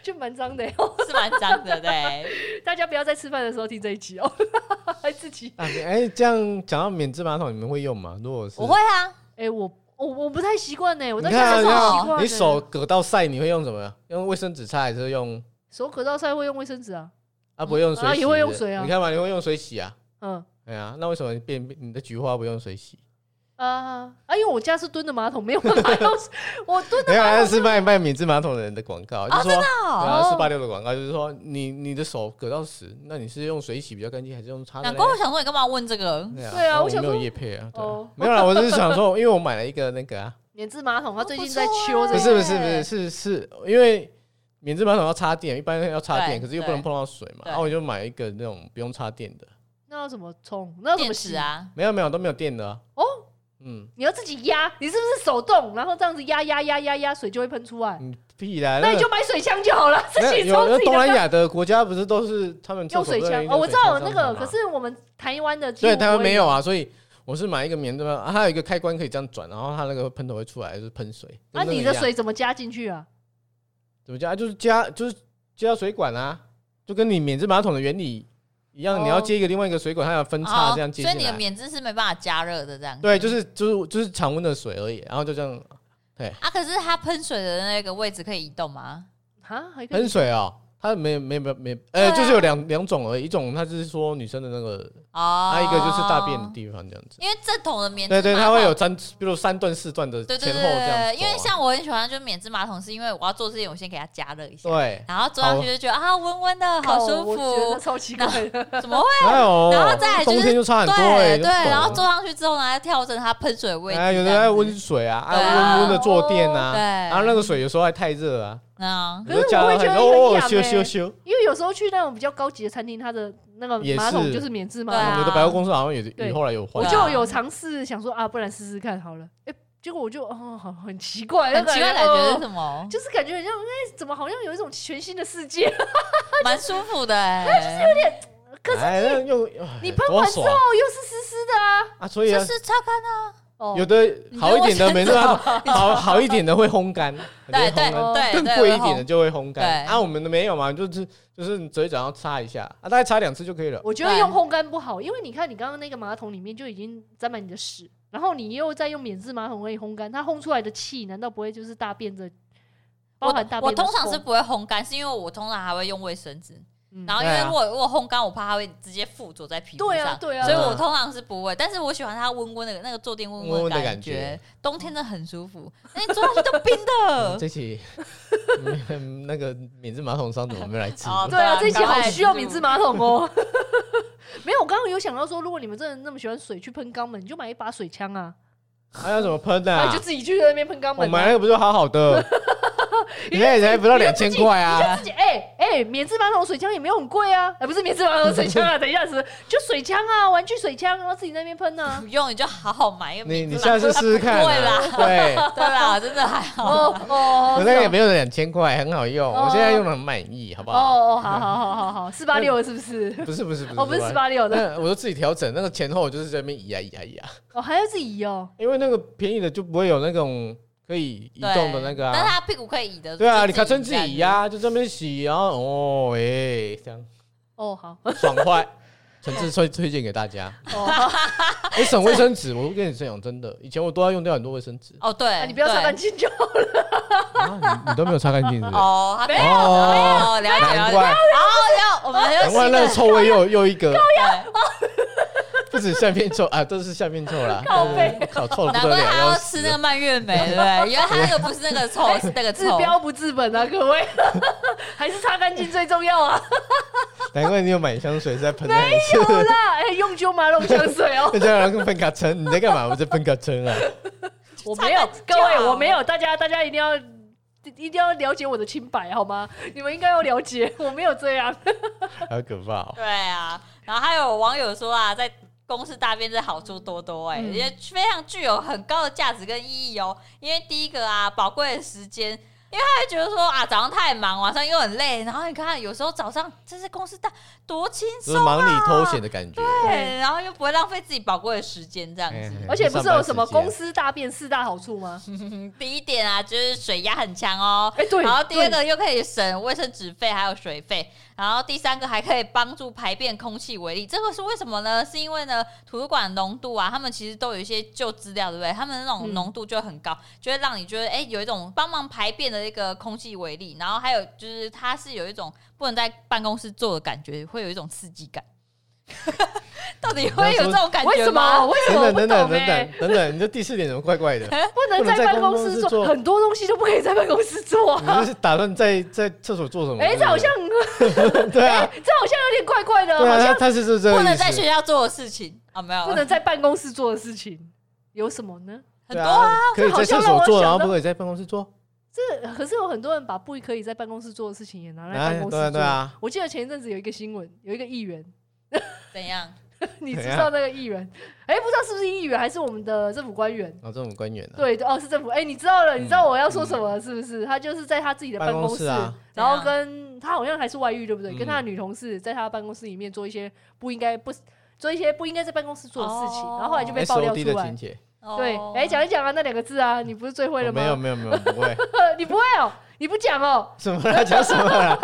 S1: 就蛮脏的哦。
S4: <laughs> 是蛮脏的对，
S1: 大家不要在吃饭的时候听这一集哦， <laughs> 还自己
S2: 大便，哎，这样讲到免治马桶，你们会用吗？如果是
S4: 我会啊，
S2: <laughs>
S1: 哎、我我我不太习惯呢，欸我到
S2: 你
S1: 现在
S2: 看
S1: 都
S2: 啊
S1: 不
S4: 你
S1: 习
S4: 看
S1: 惯呢。欸
S2: 你手葛到晒，你会用什么？用卫生纸擦还是用？
S1: 手可到塞会用卫生纸啊，
S2: 啊，不会用水洗
S1: 啊
S2: 是不是，
S1: 也会用水啊
S2: 你看嘛，你会用水洗啊？
S1: 嗯
S2: 哎呀，那为什么你变你的菊花不用水洗？
S1: 啊啊，因为我家是蹲的马桶，没有办法用水，我蹲的
S2: 没有，那 <laughs> 是卖卖免治马桶的人的广告，就是说，
S4: 哦
S2: 然后四八六的广告就是说，你你的手葛到屎，那你是用水洗比较干净，还是用擦的
S4: 难
S2: 嘞？哎
S4: 怪我想说你干嘛问这个？
S1: 对啊
S2: 那
S1: 我想
S2: 没有
S1: 说
S2: 叶配啊，对啊
S1: 哦
S2: 没有啦，我是想说， <laughs> 因为我买了一个那个啊，
S1: 免治马桶，它最近
S4: 不
S1: 在
S4: 错
S1: 修
S4: 啊
S1: 这个，
S2: 不是不是不是是是因为免治马桶要插电，一般要插电，
S4: 对
S2: 可是又不能
S4: 对
S2: 碰到水嘛，啊
S4: 对
S2: 然后我就买一个那种不用插电的，
S1: 那要怎么冲？那要怎
S4: 电
S1: 么
S4: 池
S1: 洗？
S4: 啊？
S2: 没有没有都没有电的啊
S1: 哦，
S2: 嗯，
S1: 你要自己压，你是不是手动，然后这样子压压压压压，水就会喷出来？
S2: 你屁啦，
S1: 那
S2: 个
S1: 你就买水枪就好了，自
S2: 那
S1: 己
S2: 有
S1: 冲
S2: 有
S1: 自己
S2: 东南
S1: 的。
S2: 亚的国家不是都是他们厕
S1: 用
S2: 所
S1: 水
S2: 都在
S1: 枪
S2: 用
S1: 哦，我知道有
S2: 水
S1: 那
S2: 枪上
S1: 个，
S2: 的
S1: 可
S2: 嘛
S1: 是我们台湾的
S2: 对台湾没有
S1: 啊。
S2: 啊，所以我是买一个棉的嘛，啊它有一个开关可以这样转，然后它那个喷头会出来就是喷水。
S1: 那
S2: 跟那
S1: 啊
S2: 个
S1: 你的
S2: 一样
S1: 水怎么加进去啊？
S2: 怎么加？啊就是加就是接到水管啊，就跟你免治马桶的原理一样，
S1: 哦
S2: 你要接一个另外一个水管，它要分叉这样接
S4: 哦所以
S2: 进
S4: 你的
S2: 来。
S4: 免治是没办法加热的这样。
S2: 对，就是就是就是常温的水而已，然后就这样
S4: 啊，可是它喷水的那个位置可以移动吗？
S1: 啊，还可以
S2: 喷水哦，他没没没没，呃，
S4: 对啊
S2: 就是有两两种而已，一种他就是说女生的那个，
S4: 哦，
S2: 还有一个就是大便的地方这样子。
S4: 因为正统的免治
S2: 对对，
S4: 马
S2: 它
S4: 桶
S2: 会有三，比如三段四段的
S4: 对
S2: 前
S4: 对
S2: 后
S4: 对
S2: 这样
S4: 对，
S2: 子走啊。
S4: 因为像我很喜欢就是免治马桶，是因为我要做之前我先给它加热一下，
S2: 对，
S4: 然后坐上去就觉得啊温温的好舒
S1: 哦我觉得
S4: 服，
S1: 超奇怪的。
S2: <laughs>
S4: 怎么会？
S2: 哪有？
S4: 啊然后再来就是
S2: 冬天就差很多欸
S4: 对
S2: 就
S4: 对，然后
S2: 走
S4: 坐上去之后呢，要调整它喷水的位置，
S2: 哎，有的
S4: 这样
S2: 爱
S4: 子
S2: 温水啊，
S4: 对啊哦
S2: 爱温温的坐垫啊，
S4: 对
S2: 然后那个水有时候还太热啊，
S4: 嗯，
S1: 可是
S2: 有的加
S1: 我会
S2: 到
S1: 觉得
S2: 很热
S1: 很
S2: 哦，
S1: 痒
S2: 咻
S1: 欸
S2: 咻咻，
S1: 因为有时候去那种比较高级的餐厅，它的那个
S2: 也
S1: 马桶
S2: 是
S1: 就是免治马
S4: 对啊
S1: 桶。
S2: 有的百货公司好像也
S1: 对
S2: 也后来有
S1: 我
S2: 换
S4: 对啊，
S1: 就有尝试想说啊，不然试试看好了。哎，结果我就哦，好很奇怪，
S4: 很奇怪的感觉是
S1: 哦
S4: 什么？
S1: 就是感觉很像哎，怎么好像有一种全新的世
S4: <laughs>
S1: 界？
S4: 哦蛮舒服的哎，
S1: 可是
S2: 哎，那用哎
S1: 你喷完之后
S2: 多爽
S1: 又是湿湿的啊。
S2: 啊，所以
S4: 就
S2: 啊，
S4: 是擦干啊，
S1: 哦
S2: 有的好一点的没事，好好一点的会烘干，
S4: 对
S2: 直接
S4: 对哦
S2: 烘干
S4: 对，
S2: 啊更
S4: 对
S2: 贵一点的，就会烘干
S4: 对
S2: 啊，我们的没有嘛，就是就是你嘴角要擦一下啊，大概擦两次就可以了。
S1: 我觉得
S4: 对
S1: 用烘干不好，因为你看你刚刚那个马桶里面就已经沾满你的屎，然后你又再用免治马桶可以烘干，它烘出来的气难道不会就是大便的？包含大便
S4: 我我
S1: 的
S4: 通常是
S1: 风
S4: 不会烘干，是因为我通常还会用卫生纸，
S1: 嗯
S4: 然后因
S2: 对
S4: 为
S2: 啊
S4: 如果如果烘干，我怕它会直接附着在皮肤
S1: 对啊
S4: 上，
S1: 对啊，
S4: 所以
S1: 对啊
S4: 我通常是不会，但是我喜欢它温温的那个坐垫温
S2: 嗯温温的
S4: 的
S2: 感觉
S4: 觉，冬天真的很舒服。哎那你坐上去都冰 <laughs> 的，
S2: 这期 <laughs> 嗯那个免治马桶上怎么没有来吃？
S4: 哦
S1: 对啊，
S4: 对啊
S1: 这一期
S4: 赶
S1: 好
S4: 快
S1: 需要免治马桶
S4: <laughs>
S1: 哦。没有，我刚刚有想到说，如果你们真的那么喜欢水，去喷肛门，你就买一把水枪啊，
S2: 还要怎么喷的
S1: 然
S2: 啊
S1: 后哎你就？自己去那边喷肛
S2: 我
S1: 门
S2: 买
S1: 啊。
S2: 那个不是好好的，你看也才不到两千块啊！
S1: 自己哎哎，免治马桶水枪也没有很贵啊，哎，不是免治马桶水
S2: <laughs>
S1: 枪啊，等一下是就水枪啊，玩具水枪，然后自己在那边喷
S4: <laughs>
S1: 啊。
S4: 不用你就好好买一个
S2: 你
S4: 名
S2: 你
S4: 字
S2: 下
S4: 啦。
S2: 次试试看
S4: 不会
S2: 啊、
S4: 啦
S2: <laughs> 对，
S4: 对啦，真的还好。
S1: 哦哦，
S2: 我那个也没有两千块，很好用，
S1: 哦
S2: 我现在用的很满意，好不好？
S1: 哦哦，好好好好好，四八六是不是？
S2: <laughs> 不是不是不是，
S1: 哦，不是四八六的，
S2: 那我就自己调整那个前后，就是在那边移啊移啊移啊，
S1: 哦，还要自己移哦。
S2: 因为那个便宜的就不会有那种可以移动的那个
S4: 但是
S2: 啊。
S4: 它屁股可以移的。
S2: 对啊，
S4: 就
S2: 你卡真自己移
S4: 这样子。
S2: 啊，就这边洗，然后哦哎、这样
S1: 哦，好，
S2: 爽快。诚挚推推荐给大家，
S1: 哦，好，
S2: 哎、省卫生纸，我跟你讲真的，以前我都要用掉很多卫生纸
S4: 哦，对，
S1: 啊你不要擦
S4: 对
S1: 干净就好。
S2: 啊，你你都没有擦干净是不是？
S4: 哦，它
S1: 没有
S4: 哦，了解了
S2: 难
S4: 解。
S2: 怪
S4: 哦，有我们有
S2: 难怪
S4: 新
S2: 那
S4: 的
S2: 个臭味又又一个，
S4: 对
S2: 不止下面臭啊，都是下面臭啦，
S1: 靠
S2: 对
S1: 背
S2: 对对烤臭的
S4: 难
S2: 不得
S4: 怪
S2: 了，
S4: 他
S2: 要
S4: 要
S2: 死
S4: 吃那个蔓越莓，对不对？原来他那个不是那个
S1: <laughs>
S4: 臭，是那个
S1: 治
S4: 臭。
S1: 标不治本啊，各位， <laughs> 还是擦干净最重要
S2: <laughs>
S1: 啊。
S2: 难怪你有买香水在喷那一次，
S1: 好啦，哎，用九马桶香水哦，
S2: <laughs> 那家人跟喷卡车，你在干嘛？我在喷卡车啊，
S1: 我没有
S4: 擦干，净
S1: 各
S4: 就好
S1: 位，我没有，大家大家一定要。一定要了解我的清白好吗？ <laughs> 你们应该要了解， <laughs> 我没有这样。
S2: 好可怕哦！
S4: <laughs> 对啊，然后还有网友说啊，在公司大便是好处多多哎、
S1: 嗯
S4: 也非常具有很高的价值跟意义哦。因为第一个啊，宝贵的时间，因为他会觉得说啊，早上太忙，晚上又很累，然后你看有时候早上这是公司大多轻
S2: 就是
S4: 松，
S2: 忙里偷闲的感觉，
S4: 对，然后又不会浪费自己宝贵的时间这样
S2: 哎
S4: 子。
S2: 哎
S1: 而且不是有什么
S2: 上班时间
S1: 公司大便四大好处吗？
S4: 嗯 <laughs> 第一点啊，就是水压很强哦。
S1: 哎，对。
S4: 然后第二
S1: 对，
S4: 个又可以省卫生纸费还有水费，然后第三个还可以帮助排便空气为例，这个是为什么呢？是因为呢图书馆浓度啊，他们其实都有一些旧资料，对不对？他们那种
S1: 嗯
S4: 浓度就很高，就会让你觉得哎、有一种帮忙排便的一个空气为例，然后还有就是它是有一种不能在办公室做的感觉，会有一种刺激感。 <laughs> 到底会有这种感
S1: 为
S4: 觉
S1: 什么？
S4: 吗？
S1: 为什
S2: 等
S1: 么我
S2: 等
S1: 不
S2: 等
S1: 懂
S2: 等
S1: 哎
S2: 等？等等等，你这第四点怎么怪怪的？
S1: <laughs> 不能在办公室
S2: 不能在办公室做
S1: 做，很多东西都不可以在办公室做
S2: 你
S1: 啊。
S2: 这是打算在在厕所做什么？
S1: 哎，这好像，
S2: <laughs>
S1: 哎
S2: 对啊，
S1: 这好像有点怪怪的，
S2: 对
S1: 好
S2: 啊，他
S1: 像
S2: 他是是这
S4: 不
S2: 个
S4: 能
S2: 意
S4: 在学
S2: 思。
S4: 校做的事情啊，没有
S1: 不能在办公室做的事情有什么呢？
S4: 很
S2: 对
S4: 多
S2: 啊，可以在厕所
S1: 好像
S2: 做，
S1: 让我想到
S2: 然后不可以在办公室做。
S1: 这可是有很多人把不可以在办公室做的事情也拿来
S2: 哎
S1: 办公
S2: 对啊
S1: 室
S2: 对
S1: 做。
S2: 啊，
S1: 我记得前一阵子有一个新闻，有一个议员，
S4: 怎样？
S1: <laughs> 你
S2: 怎
S1: 知
S2: 样
S1: 道那个议员？哎，不知道是不是议员，还是我们的政府官员？
S2: 然后这种官员啊，
S1: 对，哦，是政府。哎，你知道了，
S2: 嗯
S1: 你知道我要说什么了是不是？他就是在他自己的办
S2: 办公
S1: 室
S2: 室，啊，
S1: 然后
S4: 怎样
S1: 跟他好像还是外遇，对不对？
S2: 嗯
S1: 跟他的女同事在他的办公室里面做一些不应该不做一些不应该在办公室做的事情，
S4: 哦
S1: 然后后来就被
S2: S
S1: 爆
S2: O
S1: 料
S2: D
S1: 出
S2: 的
S1: 来
S2: 情。节，
S1: 对
S4: 哦，
S1: 哎，讲一讲啊，那两个字啊，你不是最会
S2: 哦
S1: 了吗？
S2: 没有没有没有不会，
S1: <laughs>
S2: <laughs>
S1: 你不会哦，你不讲哦、
S2: 什么啦？讲什么啦？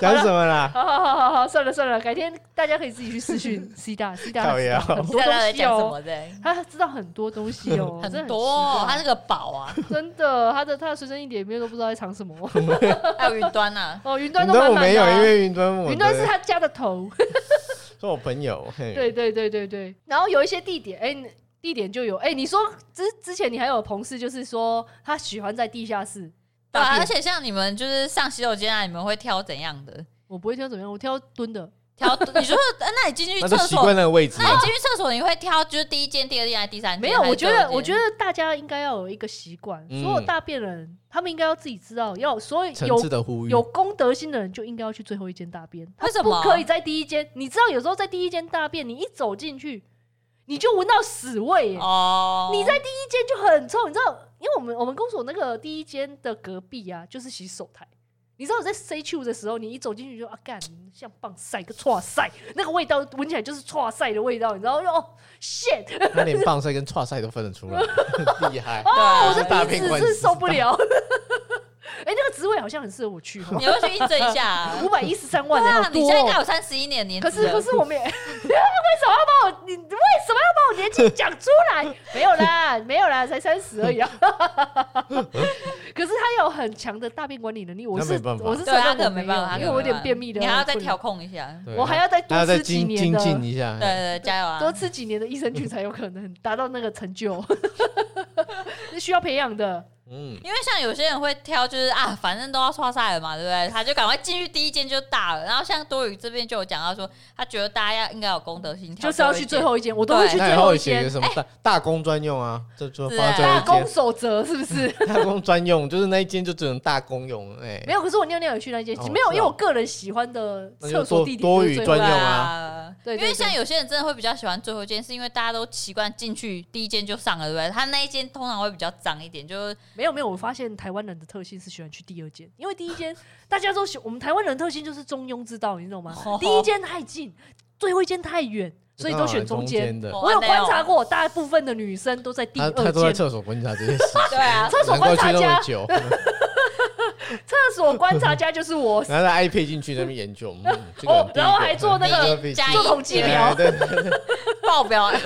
S2: 讲什么啦？
S1: <laughs> 好好好好好，算了算了，改天大家可以自己去私讯 <laughs> C 大 C 大
S2: 靠
S1: 很
S2: 腰
S1: 很
S4: 你
S1: 多
S4: 在那
S1: 东
S4: 里
S1: 西
S4: 讲什
S1: 哦、
S4: 么的？
S1: 他知道很多东西 <laughs> 哦、真的
S4: 很
S1: 奇
S4: 多哦，
S1: 怪
S4: 它是个宝啊，
S1: 真的，他的他的随身一点里面都不知道在藏什 <laughs> 么。
S4: <laughs> 还有云端啊 <laughs> 呐、
S1: 哦，云端
S2: 云
S1: 都
S2: 端
S1: 满
S2: 我
S1: 满
S2: 没
S1: 的
S2: 有，
S1: 啊、
S2: 因为云端我
S1: 云端是
S2: 的
S1: 他家的头。
S2: 是我朋友，嘿
S1: 对， <laughs> 对对对对。然后有一些地点，哎、地点就有，哎、你说之之前你还有同事就是说他喜欢在地下室
S4: 对
S1: 大
S4: 啊，
S1: 便，
S4: 而且像你们就是上洗手间啊，你们会挑怎样的？
S1: 我不会挑怎么样，我挑蹲的。
S4: <laughs> 挑你说，呃那你进去
S2: 那
S4: 厕
S2: 就习
S4: 所
S2: 惯，那个位置啊
S4: 那
S1: 哎
S4: 你进去厕所你会挑就是第一间、第二间还是第三间？
S1: 没有，
S4: 还是
S1: 我觉
S4: 最
S1: 得
S4: 后，一
S1: 我觉
S4: 间
S1: 得大家应该要有一个习惯，
S2: 嗯
S1: 所有大便人他们应该要自己知道，要所以
S2: 层次
S1: 有
S2: 的呼吁
S1: 有。公德心的人就应该要去最后一间大便，
S4: 为什
S1: 不
S4: 么
S1: 可以在第一间。你知道，有时候在第一间大便，你一走进去，你就闻到屎味耶，
S4: 哦，
S1: 你在第一间就很臭，你知道，因为我们我们公所那个第一间的隔壁啊，就是洗手台。你知道我在 say two 的时候，你一走进去就啊干，像棒晒个歘晒，那个味道闻起来就是歘晒的味道，你知道就哦 shit，
S2: 他连棒赛跟叉赛都分
S1: <laughs>
S2: 得出来，厉害！
S4: 对啊，
S1: 我的
S2: 大
S1: 鼻
S2: 便
S1: 子
S2: 关
S1: 是
S2: 系
S1: 受不了。哎、那个职位好像很适合我
S4: <laughs>
S1: 去，
S4: <laughs> 你要去应征一下、啊
S1: 五。百一十三
S4: 对
S1: 万的、
S4: 啊
S1: 好，
S4: 你
S1: 多
S4: 现在应该
S1: 哦、
S4: 有三十一年年
S1: 可
S4: 资
S1: 是
S4: 了，
S1: 可是我们也， <laughs> 为什么要把我你为什么要把我年纪讲出
S4: <laughs>
S1: 来？没有啦，没有啦，才三十而已啊。 <laughs> 可是他有很强的大便管理能力，我
S2: 那没
S1: 是
S2: 办法
S1: 我是
S4: 对啊，
S1: 承
S4: 可能
S1: 认
S4: 没
S1: 我
S4: 办法，
S1: 有，因为我有点便秘的，
S4: 你还要再调，控一下。
S2: 对啊
S1: 我还要再多
S2: 还要再
S1: 吃几
S2: 精
S1: 年
S2: 精
S1: 的
S2: 进一下哎
S4: 对，对，加油啊！
S1: 多吃几年的益生菌才有可能达到那个成就， <laughs> 是需要培养的。
S2: 嗯，
S4: 因为像有些人会挑，就是啊，反正都要刷赛了嘛，对不对？他就赶快进去第一间就大了。然后像多宇这边就有讲到说，他觉得大家要应该有公德心，
S1: 就是要去最后一间，我都会
S4: 对
S1: 去
S2: 那
S1: 最
S2: 以
S1: 后
S2: 后
S1: 一
S2: 以前
S1: 间哎
S2: 有。什么大大公专用啊？这就是放在最
S1: 大
S2: 后一
S1: 公
S2: 间，
S1: 守则是不是？ <laughs>
S2: 大公专用就是那一间就只能大公用，哎
S1: 没，有，可是我尿尿也去那间
S2: 哦，
S1: 没有，
S2: 是哦
S1: 因为我个人喜欢的
S2: 那就
S1: 厕所
S2: 多
S1: 地点
S2: 多
S1: 就是
S2: 余
S1: 最后
S2: 专
S1: 一
S2: 用
S1: 间
S2: 啊
S1: 对
S4: 对啊。
S1: 对
S4: 因为像有些人真的会比较喜欢最后一间，是因为大家都习惯进去第一间就上了，对不对？他那一间通常会比较脏一点，就是
S1: 没有没有，我发现台湾人的特性是喜欢去第二间，因为第一间大家都喜，我们台湾人的特性就是中庸之道，你懂吗
S4: 哦？
S1: 第一间太近，最后一间太远，所以都选中
S2: 中
S1: 间。
S2: 的。
S4: 哦
S1: 我有观察过，大部分的女生都在第
S2: 他
S1: 二
S2: 他都在
S1: 间，
S2: 厕所观察这件事，
S1: <laughs>
S4: 对啊，
S1: 厕所
S2: 难
S1: 观
S2: 怪去
S1: 察
S2: 那么
S1: 家，
S2: 久， <laughs>
S1: 厕所观察家就是我 <laughs>
S2: 然后在 iPad 进去那边研究，嗯，这个
S1: 哦
S2: 很，低
S1: 然后
S2: 调
S1: 还做那
S4: 这
S1: 个
S4: 个
S2: 低
S4: 加
S2: 调
S4: 一
S1: 做统
S4: <laughs>
S1: 计
S4: 哎
S1: 表，
S2: 对，对对
S4: 爆表，
S1: 啊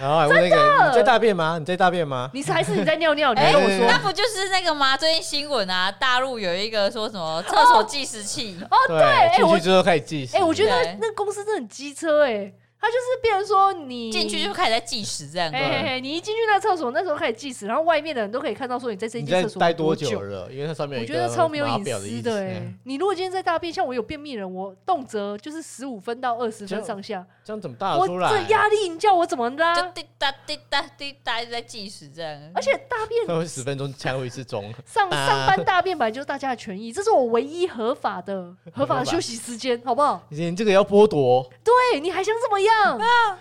S2: 然后还问那
S1: 真
S2: 个
S1: 的
S2: 你在大便吗？你在大便吗？
S1: 你是还是你在尿尿？你
S4: 哎
S1: 跟我说
S2: 对
S4: 那不就是那个吗？最近新闻啊，大陆有一个说什么厕所计时器，
S1: 哦， <laughs> 对，哎
S2: 进
S1: 我
S2: 去之后开始计时。
S1: 哎、我觉得
S4: 对
S1: 那公司真的很机车哎、他就是变成说你
S4: 进去就开始在计时这样。
S1: 哎、嘿嘿你一进去那厕所，那时候开始计时，然后外面的人都可以看到说你在这
S2: 你
S1: 间
S2: 在
S1: 厕所
S2: 待
S1: 多
S2: 多久了？因为它上面有
S1: 我
S2: 一
S1: 觉
S2: 个
S1: 得超没有
S2: 码
S1: 隐
S2: 表的
S1: 私
S2: 意
S1: 的哎、
S2: 思，
S1: 你如果今天在大便，像我有便秘人，我动辄就是十五分到二十
S2: 这
S1: 分
S2: 样
S1: 上下，
S2: 这样怎么大得
S1: 我
S2: 出来？
S1: 这压力你叫我怎么
S4: 就
S1: 拉？
S4: 滴答滴答滴答一直在计时这样。
S1: 而且大
S2: <laughs>
S1: 便
S2: 那会十分钟才会一次
S1: <laughs>
S2: 钟，
S1: 上
S2: 啊
S1: 上班大便本来就是大家的权益，这是我唯一合法
S2: <laughs>
S1: 的合法的
S2: 合法
S1: 休息时间，好不好？
S2: 你这个要剥夺，
S1: 对，你还想怎么样？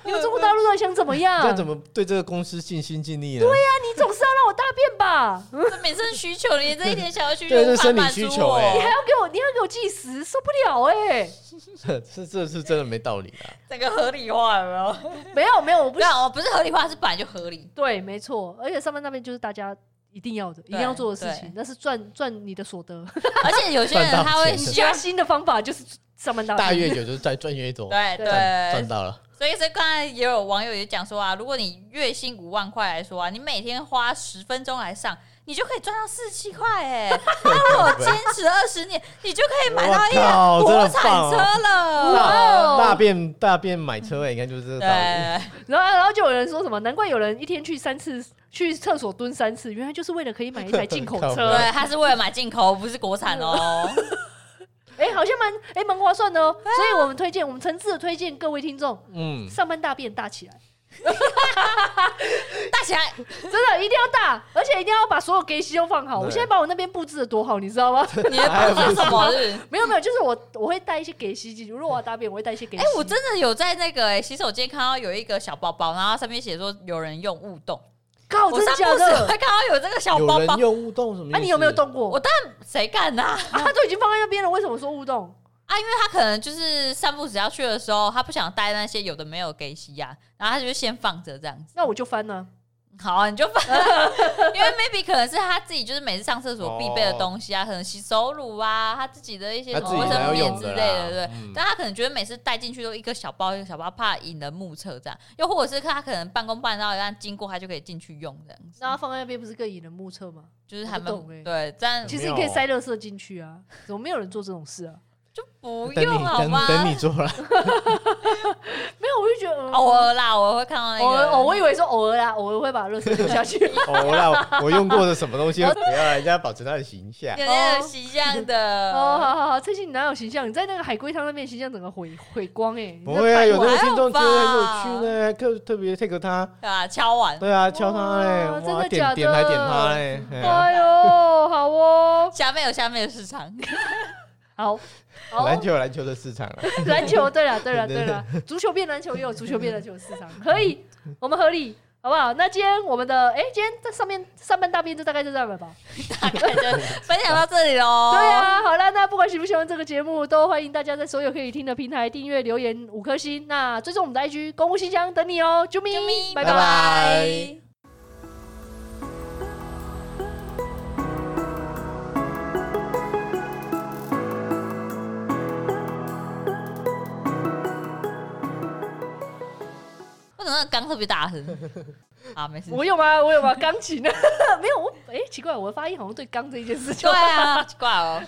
S1: 你们中国大陆到底想怎么
S2: 啊 <laughs> 这
S1: 样？啊
S2: 样怎么对这个公司尽心尽力呢？对呀，
S1: 你总是要让我大便
S2: <laughs>
S1: 吧？
S4: 这民生需求，你这一点小需求
S2: 对这
S4: 无
S2: 是
S4: 法
S2: 生理
S4: 满
S2: 需
S4: 足
S2: 求
S4: 我。
S2: 欸
S1: 你还要给我，你还要给我计时，受不了哎、
S2: <laughs> 这这是真的没道理啊！
S4: <laughs> 整个合理化有没有？
S1: 没有没有，我不
S4: 不是，哦，不是合理化，是本来就合 <laughs> 理。
S1: 对，没错，而且上班那边就是大家一定要的、一定要做的事情，那是赚赚你的所得，
S4: 而且有些人
S2: 赚到
S4: 他会
S2: 钱
S4: 希
S1: 加
S4: 望，
S1: 薪的方法就是上班大
S2: 大
S1: 便
S2: 越久就是赚赚越多，
S4: 对
S2: 赚赚
S4: 对，
S2: 到了，
S4: 所以所以刚才也有网友也讲说啊，如果你月薪五万块来说啊，你每天花十分钟来上，你就可以赚到四十七块哎。
S2: <laughs>
S4: 那如果坚持二十年，你就可以买到一
S2: 哇靠
S4: 辆
S2: 真的
S4: 国
S2: 很
S4: 产
S2: 棒哦
S4: 车了。
S1: 哇
S2: 大
S1: 哦！
S2: 便大便买车欸位，你看就是这个道理。
S4: 对，
S1: 然后然后就有人说什么，难怪有人一天去三次去厕所蹲三次，原来就是为了可以买一台进
S2: <laughs>
S1: 口
S2: 靠
S1: 车
S2: 北。
S4: 对，他是为了买进口，不是国
S2: <laughs>
S4: 产哦。
S1: 哎、好像蛮哎蛮划算的哦，所以我们推荐，我们诚挚的推荐各位听众，
S2: 啊嗯，
S1: 上班大便大起来，
S4: 大起来，
S1: 真的一定要大，而且一定要把所有给息都放好。我
S2: 对
S1: 现在把我那边布置的多好，你知道吗？
S4: 你的工作是什么？是不是
S1: 没有没有，就是我我会带一些给洗剂，如果我要大便，我会带一些给洗。
S4: 哎、我真的有在那个、欸、洗手间看到有一个小包包，然后它上面写说有人用勿动。
S1: 靠，
S4: 我
S1: 哦真
S4: 上
S1: 的
S4: 次
S1: 假的？
S4: 还看到有这个小
S2: 嗯有
S4: 包
S2: 人
S4: 包，
S2: 用勿动什么意思？
S1: 啊，你有没有？动过 <laughs>
S4: 我？谁干呐？
S1: 啊，它都已经放在那边了，为什么说勿动？
S4: 啊，因为他可能就是散步只要去的时候，他不想带那些有的没有给洗呀、然后他就先放着这样子。
S1: 那我就翻呢、
S4: 好啊，你就
S1: <laughs>
S4: 放，因为 maybe 可能是他自己就是每次上厕所必备的东西啊，可能洗手乳啊，他自己的一些
S2: 哦他
S4: 什
S2: 自
S1: 哦
S2: 己
S4: 么卫
S2: 想
S4: 生
S2: 要
S4: 棉
S2: 用
S4: 之
S2: 的
S4: 类
S2: 啦
S4: 的，对。
S2: 嗯
S4: 但他可能觉得每次带进去都一个小包一个小包，怕引人目测这样，又或者是他可能办公办到一半经过，他就可以进去用这样子，
S1: 那它放在那边不是更引人目测吗？
S4: 就是还蛮
S1: 我不懂欸
S4: 对，但
S1: 其实你可以塞垃圾进去啊，怎么没有人做这种事啊？
S4: 就不
S2: 等你
S4: 用好
S2: 等
S4: 吗？
S2: 等你做了，
S1: 没有，我就觉得嗯
S4: 偶尔啦，哦我会看到那
S1: 偶尔
S4: 个，
S1: 哦，我以为说偶尔啦，偶尔会把垃圾丢下 <laughs> 去。
S2: 哦啦，我用过的什么东西，不要让人家保持他的形象。
S4: 有那个形象的，
S1: 哦，好好好，最近你哪有形象？你在那个海龟汤那边形象整个毁毁光哎、欸！
S2: 不会啊，有
S1: 的
S2: 那个听众觉得
S4: 还
S2: 很
S4: 好
S2: 有
S4: 吧
S2: 趣呢，特特别 take 他，
S4: 对吧？敲完
S2: 对啊，敲他嘞，
S1: 哦哇真
S2: 哇，
S1: 的
S2: 点
S1: 假
S2: 点还
S1: 的
S2: 点他嘞，嘿啊
S1: 哎呦，好哦，
S4: 下面有下面的市场， <laughs>
S1: 好，好
S2: 篮球有篮球的市场了，
S1: <laughs> 篮球，对了，对了，对了，足球变篮球也有足球变篮球的市场，可 <laughs> 以，我们合理，好不好？那今天我们的，哎、今天这上面上半大便就大概就这样了吧？
S4: 大概就分享到这里喽。
S1: 对啊，好了，那不管喜不喜欢这个节目，都欢迎大家在所有可以听的平台订阅、留言五颗星。那追踪我们的 IG 公务信箱等你哦，啾咪，
S4: 啾咪，
S1: 拜
S2: 拜拜
S4: 为什么那个缸特别大声？啊，没事。
S1: 我有吗？ <laughs> 我有吗？钢琴呢？没有，我哎、奇怪，我的发音好像对钢这一件事情
S4: 对。啊，奇怪哦。